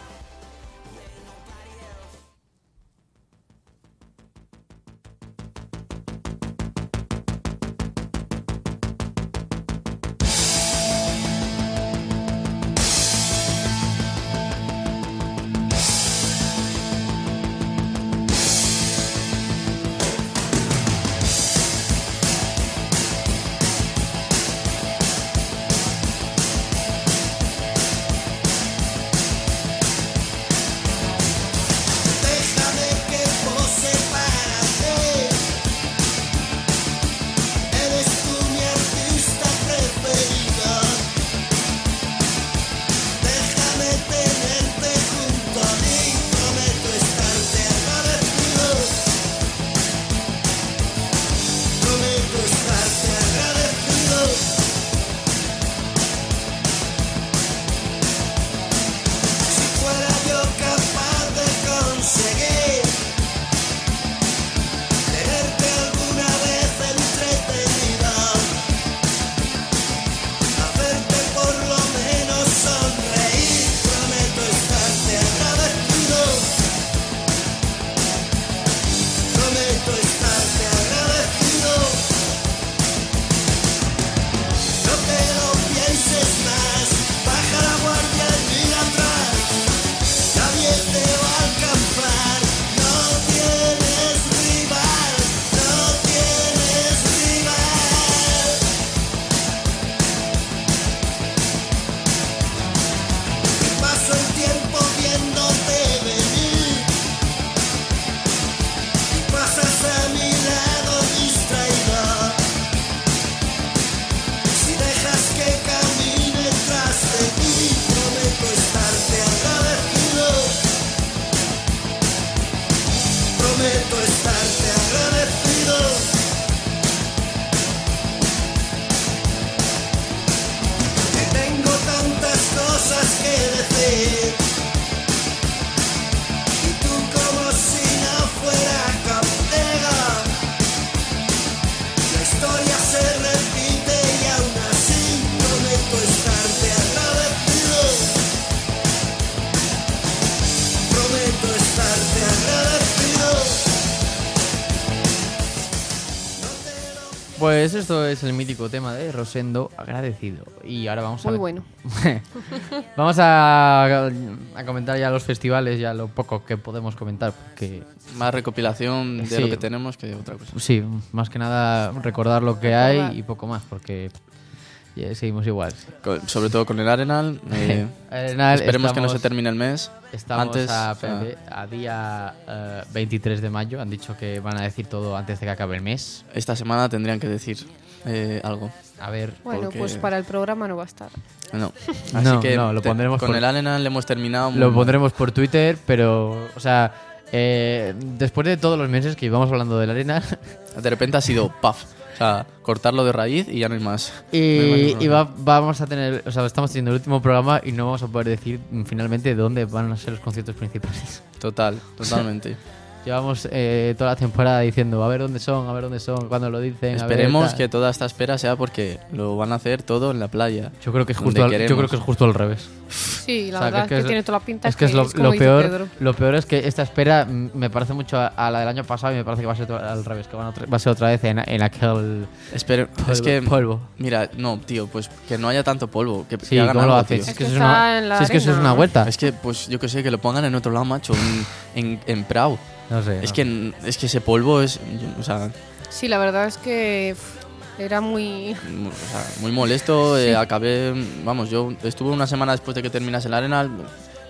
Déjame que pose para ti. Eres tú mi artista preferida. Déjame tenerte junto a mí. Prometo estarte agradecido. Prometo estarte agradecido. Si fuera yo capaz de conseguir tenerte alguna vez entretenida, hacerte por lo menos sonreír, prometo estarte agradecido, prometo estarte agradecido, no te lo pienses más, baja la guardia y mira atrás. Nadie te va a alcanzar, no tienes rival, no tienes rival. Me paso el tiempo viéndote venir y pasas a mi lado distraída. Si dejas que camine tras de ti, prometo estarte agradecido. Prometo estarte agradecido. Que tengo tantas cosas que decir. Y tú como si no fuera captega. La historia se repite y aún así prometo estarte agradecido. Prometo estarte agradecido. Pues esto es el mítico tema de Rosendo agradecido. Y ahora vamos a Muy ver- bueno. vamos a, a comentar ya los festivales, ya lo poco que podemos comentar. Porque Más recopilación de Sí. lo que tenemos que otra cosa. sí, más que nada recordar lo que Recordar. hay y poco más, porque ya seguimos igual. Con- sobre todo con el Arenal. eh, Arenal, esperemos que no estamos- se termine el mes. Estamos Antes, a, o sea, espérate, a día eh, 23 de mayo. Han dicho que van a decir todo antes de que acabe el mes. esta semana tendrían que decir eh, algo. A ver. Bueno, Porque- pues para el programa no va a estar. No. Así No, que no, lo te- pondremos con por- el Arenal le hemos terminado. Lo pondremos por Twitter, pero, o sea, eh, después de todos los meses que íbamos hablando de la arena, De repente ha sido paf. O sea, cortarlo de raíz y ya no hay más. No hay más y, problema. y va- vamos a tener, o sea, estamos teniendo el último programa y no vamos a poder decir mm, finalmente dónde van a ser los conciertos principales. Total, totalmente. Llevamos eh, toda la temporada diciendo, a ver dónde son, a ver dónde son, cuándo lo dicen. a ver, Esperemos tal. que toda esta espera sea porque lo van a hacer todo en la playa. Yo creo que es donde justo, al, yo queremos. creo que es justo al revés. Sí, la O sea, verdad es que, es- tiene toda la pinta. es que es lo, como lo dice Pedro. peor lo peor es que esta espera mm, me parece mucho a, a la del año pasado y me parece que va a ser to- al revés que van otra- va a ser otra vez en, en aquel Espere- es polvo- que polvo mira, no, tío, pues que no haya tanto polvo, que, que sí hagan cómo lo algo, haces tío. Es que eso está una- en la sí, es que eso es arena, una ¿no? vuelta Es que pues yo que sé, que lo pongan en otro lado, macho, en en, en Prado. no sé Es no. que n- es que ese polvo es, yo- o sea, Sí, la verdad es que pff, era muy. m- o sea, muy molesto, eh, acabé, vamos, yo estuve una semana después de que terminase el Arenal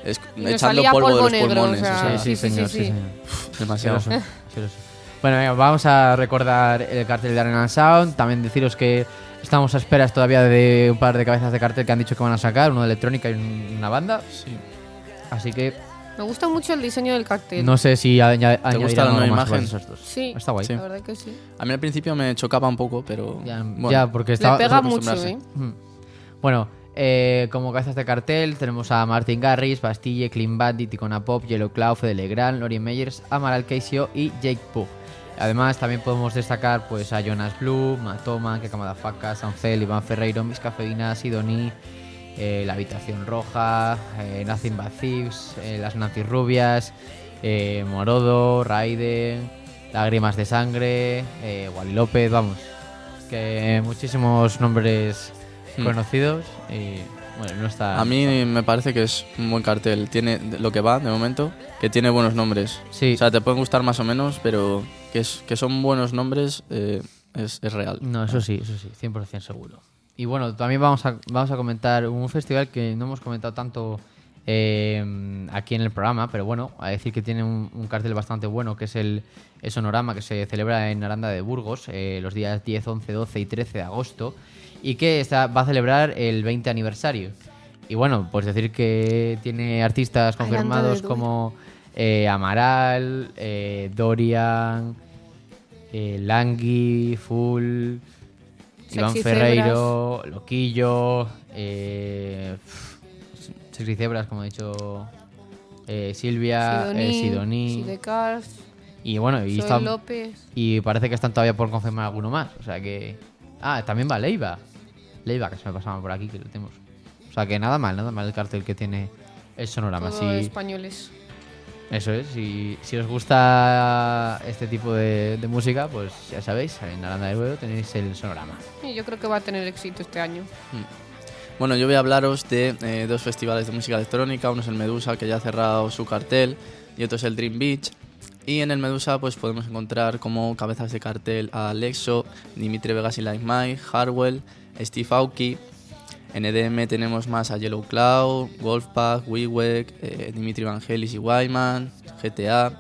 es- y nos echando salía polvo, de los negro, pulmones, o sea, o sea, sí, sí, Ah, sí, sí, señor, sí, sí. señor. demasiado. Asqueroso, asqueroso. Bueno, venga, vamos a recordar el cartel de Arena Sound. También deciros que estamos a esperas todavía de un par de cabezas de cartel que han dicho que van a sacar, uno de electrónica y un- una banda. Sí. Así que Me gusta mucho el diseño del cartel. no sé si aña- añadirán gusta la algo nueva más imagen? sobre esos dos. Sí. Está guay. Sí. La verdad que sí. A mí al principio me chocaba un poco, pero. Ya, bueno. ya, porque Le estaba... pega que mucho, acostumbrarse. ¿eh? Bueno, eh, como cabezas de cartel tenemos a Martin Garris, Bastille, Clean Bandit, Icona Pop, Yellow Claw, Fede Legrand, Lori Meyers, Amaral Keisio y Jake Pugh. Además, también podemos destacar pues, a Jonas Blue, Matoma, Kekamada Faca, Sancel, Iván Ferreiro, Miss Cafeína, Sidoní, eh, La Habitación Roja, eh, Nothing But Thieves, eh, Las Nazis Rubias, eh, Morodo, Raiden, Lágrimas de Sangre, eh, Wally López, vamos. Que muchísimos nombres Hmm. conocidos y bueno, no está. A mí me parece que es un buen cartel. Tiene lo que va de momento, que tiene buenos nombres. Sí. O sea, te pueden gustar más o menos, pero que, es, que son buenos nombres eh, es, es real. No, eso sí, eso sí, 100% seguro. Y bueno, también vamos a, vamos a comentar un festival que no hemos comentado tanto eh, aquí en el programa, pero bueno, a decir que tiene un, un cartel bastante bueno, que es el, el Sonorama, que se celebra en Aranda de Burgos eh, los días 10, 11, 12 y 13 de agosto, y que está- va a celebrar el 20 aniversario. Y bueno, pues decir que tiene artistas Aranda de confirmados Duero. como eh, Amaral, eh, Dorian, eh, Langui, Full, Sexy Iván Zebras. Ferreiro, Loquillo, eh, pf, Sexy Zebras, como he dicho, eh, Silvia, eh, Sidoní, Sidoní, Sidecars, y bueno, y, Soy están- López. y parece que están todavía por confirmar alguno más, o sea que... Ah, también va Leiva, Leiva, que se me pasaba por aquí, que lo tenemos. O sea que nada mal, nada mal el cartel que tiene el sonorama. Todo sí. españoles. Eso es, y si os gusta este tipo de, de música, pues ya sabéis, en Aranda de Duero tenéis el sonorama. Y yo creo que va a tener éxito este año. Bueno, yo voy a hablaros de eh, dos festivales de música electrónica. Uno es el Medusa, que ya ha cerrado su cartel, y otro es el Dream Beach. Y en el Medusa pues podemos encontrar como cabezas de cartel a Alexo, Dimitri Vegas y Like Mike, Harwell, Steve Aoki. En EDM tenemos más a Yellow Cloud, Wolfpack, WeWek, eh, Dimitri Vangelis y Wyman, GTA.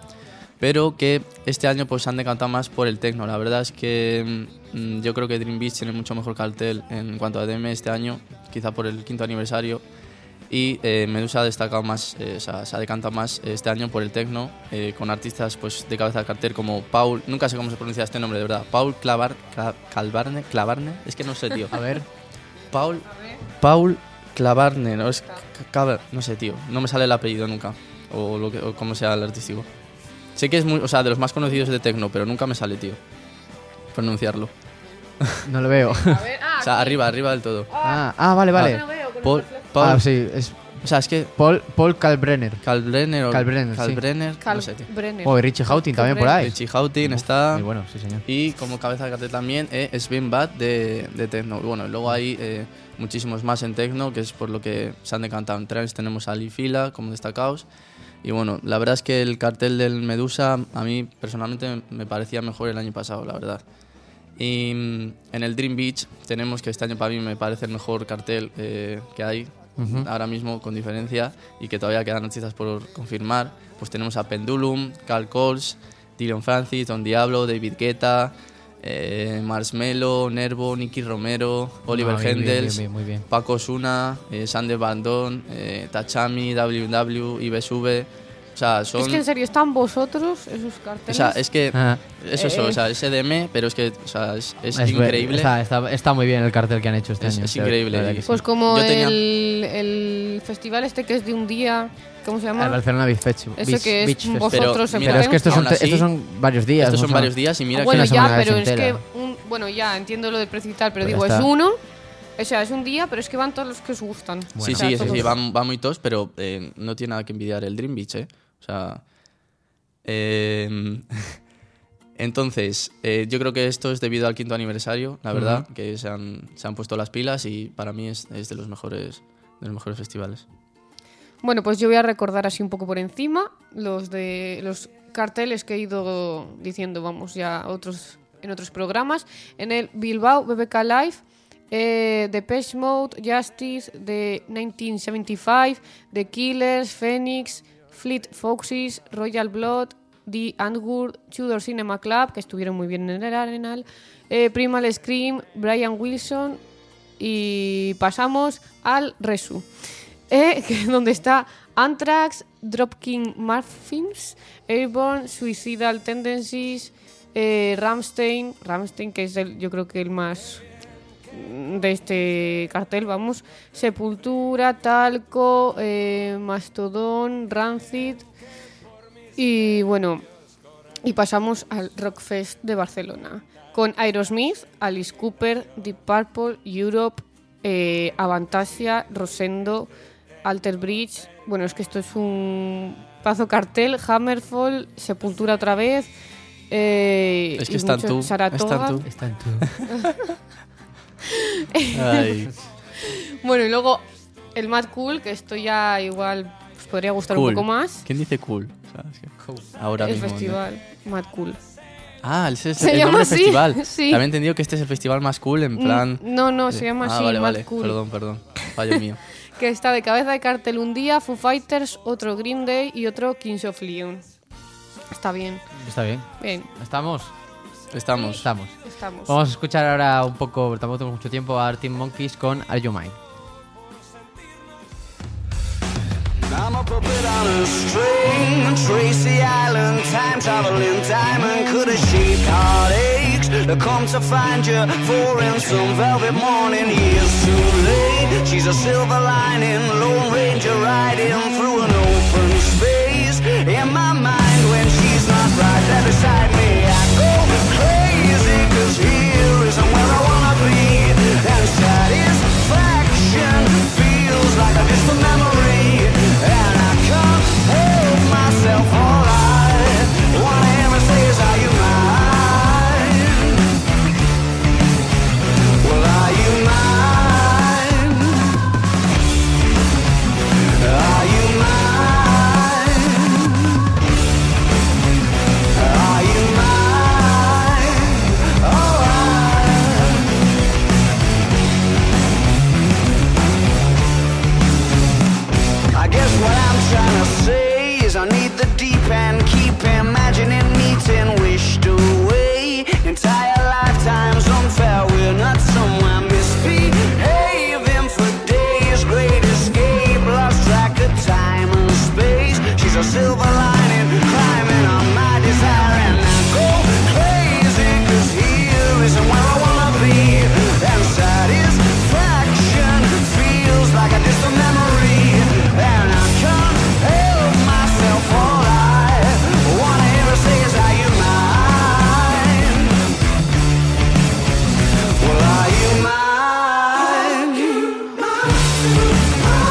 Pero que este año pues se han decantado más por el techno. La verdad es que mm, yo creo que Dream Beach tiene mucho mejor cartel en cuanto a EDM este año, quizá por el quinto aniversario. Y eh, Medusa ha destacado más, eh, o sea, se ha decantado más este año por el techno, eh, con artistas pues, de cabeza de cartel como Paul, nunca sé cómo se pronuncia este nombre de verdad, Paul Clavar, Cla- Calvarne, Clavarne, es que no sé, tío. A ver, Paul, Paul Clavarne, no es Clavar- no sé, tío, no me sale el apellido nunca, o, lo que, o como sea el artístico. Sé que es muy, o sea, de los más conocidos de techno, pero nunca me sale, tío, pronunciarlo. No lo veo. A ver, ah, O sea, arriba, arriba del todo. Ah, ah, vale, no vale. lo veo con Paul, el reflejo. Paul- Ah, sí, es O sea, es que Paul, Paul Kalbrenner. Kalbrenner o Kalbrenner, sí. Kalbrenner, Carl no sé, tío. Brenner. Oh, y Richie Houghton también por ahí. Richie Houghton está. Muy bueno, sí, señor. Y como cabeza de cartel también eh, Spin Bad de, de Tecno. Y bueno, luego hay eh, muchísimos más en Tecno, que es por lo que se han decantado. En trans tenemos a Lee Fila como destacados. Y bueno, la verdad es que el cartel del Medusa a mí personalmente me parecía mejor el año pasado, la verdad. Y mm, en el Dream Beach tenemos que este año para mí me parece el mejor cartel eh, que hay ahora mismo con diferencia y que todavía quedan artistas por confirmar. Pues tenemos a Pendulum, Carl Coles, Dylan Francis, Don Diablo, David Guetta, eh, Marshmello, Nervo, Nicky Romero, Oliver Ah, bien, bien, Hendels, bien, bien, muy bien. Paco Suna, eh, Sander Bandón, eh, Tachami, WW, IBSV. O sea, son... Es que en serio, ¿están vosotros esos carteles? o sea, es que... Ah, Eso es, o sea, Eh. es EDM, pero es que o sea, es, es es ver- increíble. Está, está- está muy bien el cartel que han hecho este Es- año. es la- la increíble. verdad que sí. Pues como Yo tenía- el, el festival este que es de un día, ¿cómo se llama? Ah, El Barcelona Beach Festival. Eso que es vos- Pero, vosotros en mira, Pero es que estos son, aún así, estos son varios días. estos no son varios días y mira Ah, bueno, una que... ya, semana pero es entera. que... un- bueno, ya, entiendo lo del precipitar, pero Pues ya digo, es está. uno... O sea, es un día, pero es que van todos los que os gustan. Sí, O sea, sí, sí, todos. sí, va, va muy tos, pero eh, no tiene nada que envidiar el Dream Beach, ¿eh? O sea... eh, entonces, eh, yo creo que esto es debido al quinto aniversario, la verdad, que se han, se han puesto las pilas y para mí es, es de los mejores de los mejores festivales. Bueno, pues yo voy a recordar así un poco por encima los de los carteles que he ido diciendo, vamos, ya otros en otros programas. En el Bilbao BBK Live, eh, The Page Mode, Justice, The 1975, The Killers, Phoenix, Fleet Foxes, Royal Blood, The Antwoord Tudor Cinema Club, que estuvieron muy bien en el Arenal, eh, Primal Scream, Brian Wilson y pasamos al Resu, eh, que es donde está Anthrax, Dropkin Muffins, Airborne, Suicidal Tendencies, eh, Ramstein, Ramstein que es el, yo creo que el más de este cartel, vamos, Sepultura, Talco, eh, Mastodon, Rancid y bueno, y pasamos al Rockfest de Barcelona con Aerosmith, Alice Cooper, Deep Purple, Europe, eh, Avantasia, Rosendo, Alter Bridge. Bueno, es que esto es un pazo cartel, Hammerfall, Sepultura otra vez. eh, Es que y están mucho- tú, están Saratoga. tú. Está en tu. Ay, Bueno, y luego el Mad Cool, que esto ya igual os podría gustar un cool. poco más. ¿Quién dice cool? O sea, es que Ahora el mismo, ¿no? festival Mad Cool. Ah, ese es Se el llama nombre así, del festival. sí. Había entendido que este es el festival más cool, en plan. Mm, No, no, se llama ah, así, vale, Mad vale. Cool. Perdón, perdón. Fallo mío. Que está de cabeza de cartel un día, Foo Fighters, otro Green Day y otro Kings of Leon. Está bien, Está bien. bien, ¿Estamos? Estamos. Estamos. estamos. Ah, Vamos a escuchar ahora un poco, tampoco tenemos mucho tiempo, a Artin Monkeys con Are You Mine. I'm a puppet on a string, Tracy Island, time traveling diamond. Could have shaped heartaches. I come to find you for in some velvet morning. Years too late. She's a silver lining, Lone Ranger riding through an open space. In my mind, when she's not right there beside me, I go crazy. Cause here isn't where I wanna be. And satisfaction feels like a distant memory. And I can't help myself. All I wanna hear her say is, Are you mine? Well, are you mine? Are you mine? Are you mine? I guess what I'm trying to say is I need the deep end. Keep imagining meeting wished away. Entire lifetimes unfair. We're not someone misbehaving for days. Great escape, lost track of time and space. She's a silver lining, climbing on my desire, and I go crazy 'cause here isn't where I wanna be. And satisfaction feels like a distant memory. And I can't help myself. All I wanna hear her say is, Are you mine? Well, are you mine? Are you mine?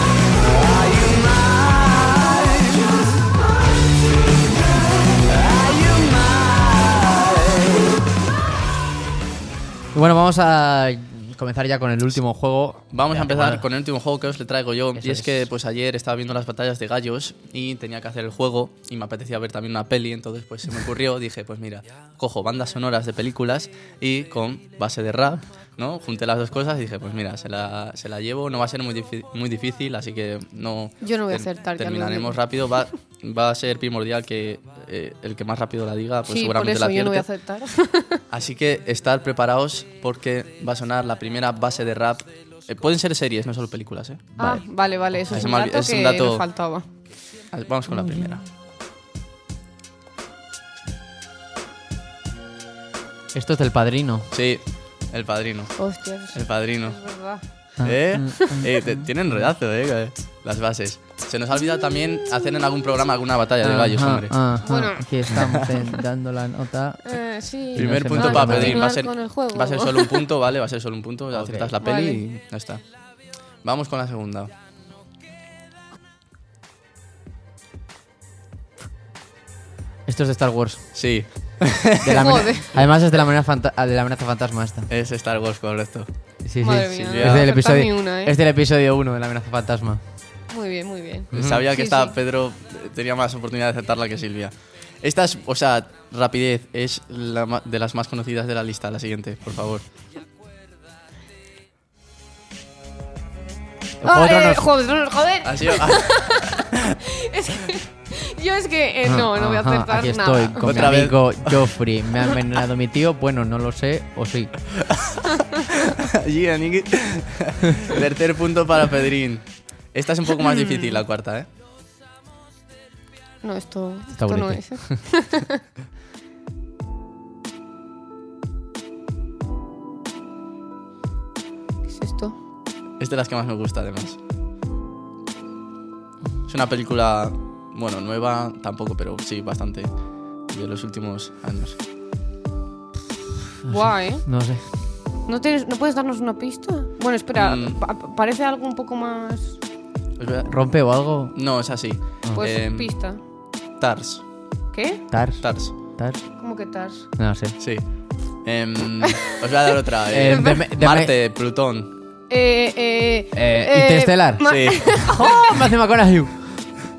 Are you mine? Y bueno, vamos a comenzar ya con el último juego. Vamos Ya, a empezar bueno. con el último juego que os le traigo yo. Eso y es, es. que pues ayer estaba viendo las batallas de gallos y tenía que hacer el juego y me apetecía ver también una peli, entonces pues se me ocurrió, dije, pues mira, cojo bandas sonoras de películas y con base de rap, ¿no? Junté las dos cosas y dije, pues mira, se la, se la llevo, no va a ser muy, difi- muy difícil, así que no... Yo no voy a ter- acertar, ya lo Terminaremos digo. rápido, va, va a ser primordial que eh, el que más rápido la diga, pues sí, por seguramente eso la yo no voy a acierte. aceptar. Así que estar preparados porque va a sonar la primera base de rap. Eh, pueden ser series, no solo películas, ¿eh? ah, vale, vale, eso es Se un me olvi- dato es un que dato- nos faltaba. A ver, Vamos con la primera. Esto es del padrino. Sí, El Padrino. Hostias, El Padrino. es verdad. Ah. ¿Eh? Eh, te- tienen redazo, ¿eh? Las bases. Se nos ha olvidado también hacer en algún programa alguna batalla de gallos, Ajá, hombre. ajá, Bueno. Aquí estamos eh, dando la nota. Eh, sí. Primer no se punto me para ocurre. pedir. Va a, Continuar ser, con el juego. va a ser solo un punto, ¿vale? Va a ser solo un punto. Aceptas la peli Vale. y ya está. Vamos con la segunda. Esto es de Star Wars. Sí, De la Joder. amena- Además es de la, amenaza fanta- de la amenaza fantasma esta. es Star Wars, correcto. Sí, sí. Madre sí, mía, sí, no ya. voy a Es del acertar episodio, ni una, ¿eh? es del episodio 1 de la amenaza fantasma. Muy bien, muy bien. Pues Sabía Sí, que estaba sí. Pedro eh, tenía más oportunidad de aceptarla que Silvia. Esta es, o sea, rapidez, es la ma- de las más conocidas de la lista. La siguiente, por favor. Juego de Ah, eh, Tronos. Juego de Tronos, joder. Ha sido- Es que Yo es que eh, no, no voy a Ajá, acertar Aquí nada. estoy con Otra mi vez. amigo Joffrey. ¿Me ha envenenado mi tío? Bueno, no lo sé, o sí. Allí, Aniki. Tercer punto para Pedrín. Esta es un poco más difícil, la cuarta, ¿eh? No, esto, Está esto no bonito. es. ¿eh? ¿Qué es esto? Es de las que más me gusta, además. Es una película, bueno, nueva tampoco, pero sí, bastante de los últimos años. Guau, ¿eh? No sé. ¿No, tienes, ¿No puedes darnos una pista? Bueno, espera, Mm. pa- parece algo un poco más... ¿Es verdad? ¿Rompe o algo? No, es así. Pues Em, pista. Tars. ¿Qué? ¿Tars? Tars, ¿Tars? ¿Cómo que Tars? No sé. sí. Em, os voy a dar otra. Eh, eh. deme- deme- Marte, Plutón. Eh, eh, Eh, Interestelar. ma- Sí. ¡Oh! Me hace McConaughey.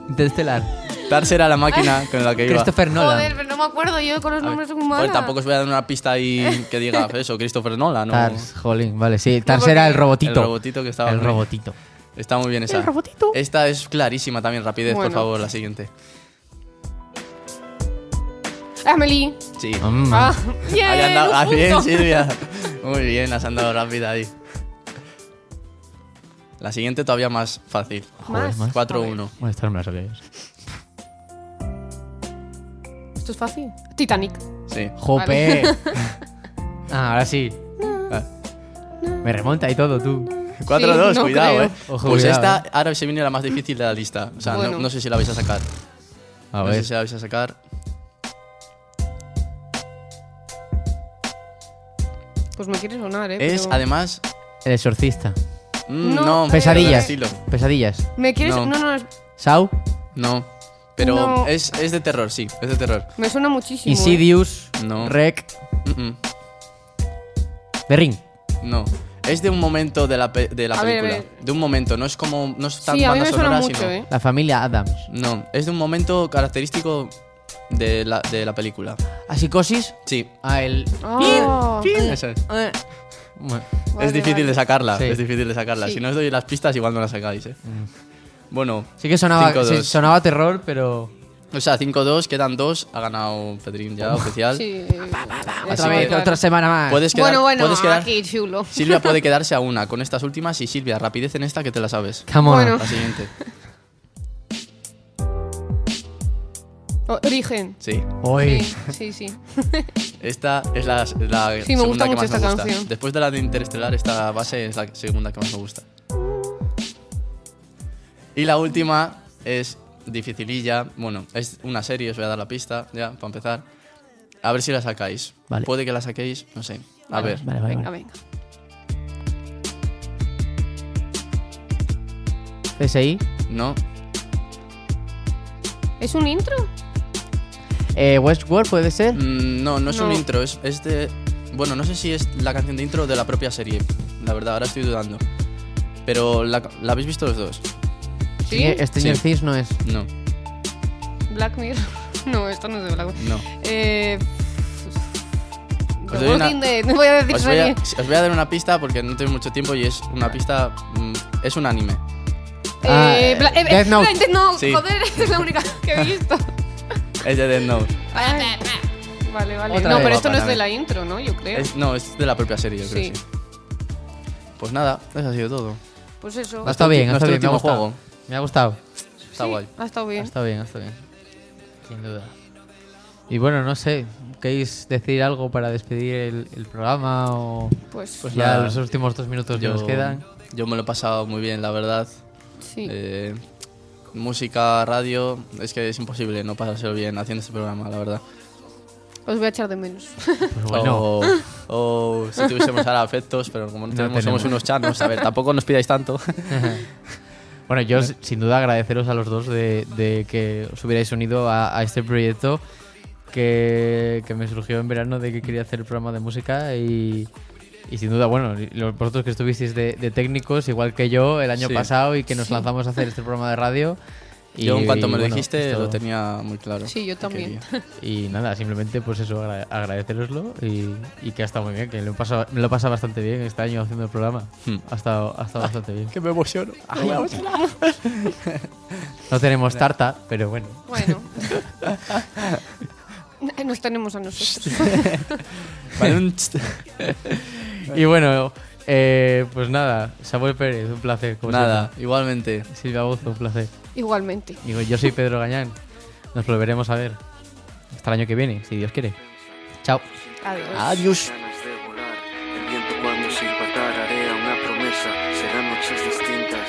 Interstellar. Tars era la máquina con la que iba. Christopher Nolan. Joder, pero no me acuerdo yo con los A ver, nombres joder, humanos. tampoco os voy a dar una pista ahí que diga eso, Christopher Nolan, ¿no? Tars, jolín, vale, sí. Tars porque- era el robotito. El robotito que estaba. El muy- robotito. Está muy bien esa. robotito. Esta es clarísima también, rapidez, por Bueno. favor, la siguiente. Amelie. Sí. Mm. Ah, bien, Ahí han dado- un ah, bien, punto. Silvia. Muy bien, has andado rápida ahí. La siguiente todavía más fácil. Más. más. A ver, 4-1. Bueno, esta no me la sabía. Esto es fácil. Titanic. Sí. ¡Jope! ah, ahora sí. Ah. Me remonta y todo, tú. 4-2, no cuidado, creo. eh. Ojo, pues cuidado, esta ahora se viene la más difícil de la lista. O sea, no- Bueno. no, sé si la vais a sacar. A No sé ver. si la vais a sacar. Pues me quiere sonar, ¿eh? Es, pero- además. El exorcista. mm, No, no, Pesadillas. pero del estilo. Pesadillas. Me quieres. No. No, no, es- Saw. No. Pero No. Es, es de terror, sí, es de terror. me suena muchísimo. ¿eh? Insidious. No. Rec. Mm, mm, The Ring. no. Es de un momento de la, pe- de la A ver, a película. ver. De un momento, no es como. No es tan Sí, a mí banda me suena sonora, mucho, sino- ¿eh? La familia Adams. No, es de un momento característico de la, de la película. ¿A psicosis? Sí. A el. Ah, Esa es. Eh. Bueno, vale, es difícil de vale. sacarla, Sí. es difícil de sacarla. Sí. Si no os doy las pistas, igual no las sacáis, ¿eh? Mm. Bueno, Sí que sonaba, sí, 5-2. sonaba terror, pero. o sea, 5-2, quedan 2, ha ganado Pedrín ya oficial. Sí. Ah. Así Otra, vez, que- otra semana más. Puedes quedar, Bueno, bueno, puedes quedar- aquí, chulo. Silvia puede quedarse a una con estas últimas y Silvia, rapidez en esta que te la sabes. Come on. Bueno. La siguiente. Origen. Sí. Hoy. Sí, sí, sí. Esta es la, es la Sí, me gusta segunda que mucho más esta me gusta. canción. Después de la de Interestelar, esta base es la segunda que más me gusta. Y la última es dificililla. Bueno, es una serie, os voy a dar la pista ya, para empezar. A ver si la sacáis. Vale. Puede que la saquéis, no sé. A ver. Vale, vale, Venga, vale. venga. PSI. No, ¿Es un intro? Eh, Westworld puede ser. Mm, no, no es un No. intro, es, es de... Bueno, no sé si es la canción de intro o de la propia serie. La verdad, ahora estoy dudando. Pero la, la habéis visto los dos. Sí. Eh, Stranger Sí. Things no es. No, Black Mirror. No, esto no es de Black Mirror. no. Eh. Pues Os The doy una- Walking Dead. No voy a decir Os voy a, serie. os voy a dar una pista porque no tengo mucho tiempo y es una pista. mm, es un anime. Ah, Eh, Bla- eh, Death eh, Note. Death Note, Sí. joder, es la única que he visto. Es de Death Note. Vale, vale. Otra no, vez. pero esto no Guapa, es de también. la intro, ¿no? Yo creo. Es- no, es de la propia serie, yo creo. ¿Eh? Sí. Sí. Pues nada, eso ha sido todo. Pues eso. Ha estado bien, ha estado Nuestro bien. Me ha último gustado. juego. Me ha gustado. Está Sí, guay. Ha estado Ha bien. estado bien, ha estado bien. Sin duda. Y bueno, no sé. ¿Queréis decir algo para despedir el, el programa? O Pues, Pues ya nada, los últimos dos minutos que Pues nos quedan. yo me lo he pasado muy bien, la verdad. sí. Eh, música, radio, es que es imposible no pasárselo bien haciendo este programa, la verdad. Os voy a echar de menos. Pues bueno. O, o si tuviésemos ahora afectos, pero como no, No tenemos, somos tenemos. unos chanos, a ver, tampoco nos pidáis tanto. Bueno, yo s- sin duda agradeceros a los dos de, de que os hubierais unido a, a este proyecto que, que me surgió en verano de que quería hacer el programa de música y, y sin duda, bueno, y los- vosotros que estuvisteis de, de técnicos, igual que yo el año Sí. pasado y que nos Sí. lanzamos a hacer este programa de radio Y- Yo en cuanto y me lo bueno, dijiste esto- lo tenía muy claro. Sí, yo que también. quería. Y nada, simplemente pues eso, agra- agradeceroslo y, y que ha estado muy bien, que lo he pasado, me lo he pasado bastante bien este año haciendo el programa. Hmm. Ha estado, ha estado bastante bien. Que me emociono. No tenemos tarta, pero bueno. Bueno. Nos tenemos a nosotros. Vale, un tst. Y bueno, eh, pues nada, Samuel Pérez, un placer. Como Nada, igualmente. siempre. Silvia Bozo, un placer. Igualmente. Digo, yo soy Pedro Gañán. Nos volveremos a ver hasta el año que viene, si Dios quiere. Chao. Adiós. ganas de volar. El viento cuando se tararea una promesa, serán noches distintas.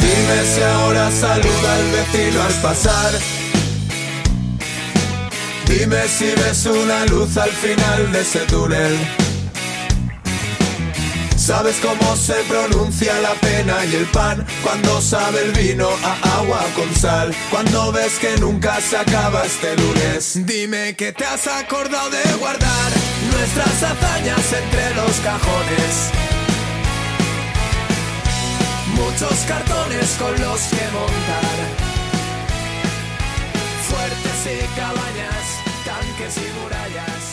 Dime si ahora saluda al vecino al pasar. Dime si ves una luz al final de ese túnel. ¿Sabes cómo se pronuncia la pena y el pan? Cuando sabe el vino a agua con sal. Cuando ves que nunca se acaba este lunes. Dime que te has acordado de guardar nuestras hazañas entre los cajones. Muchos cartones con los que montar. Fuertes y cabañas, tanques y murallas.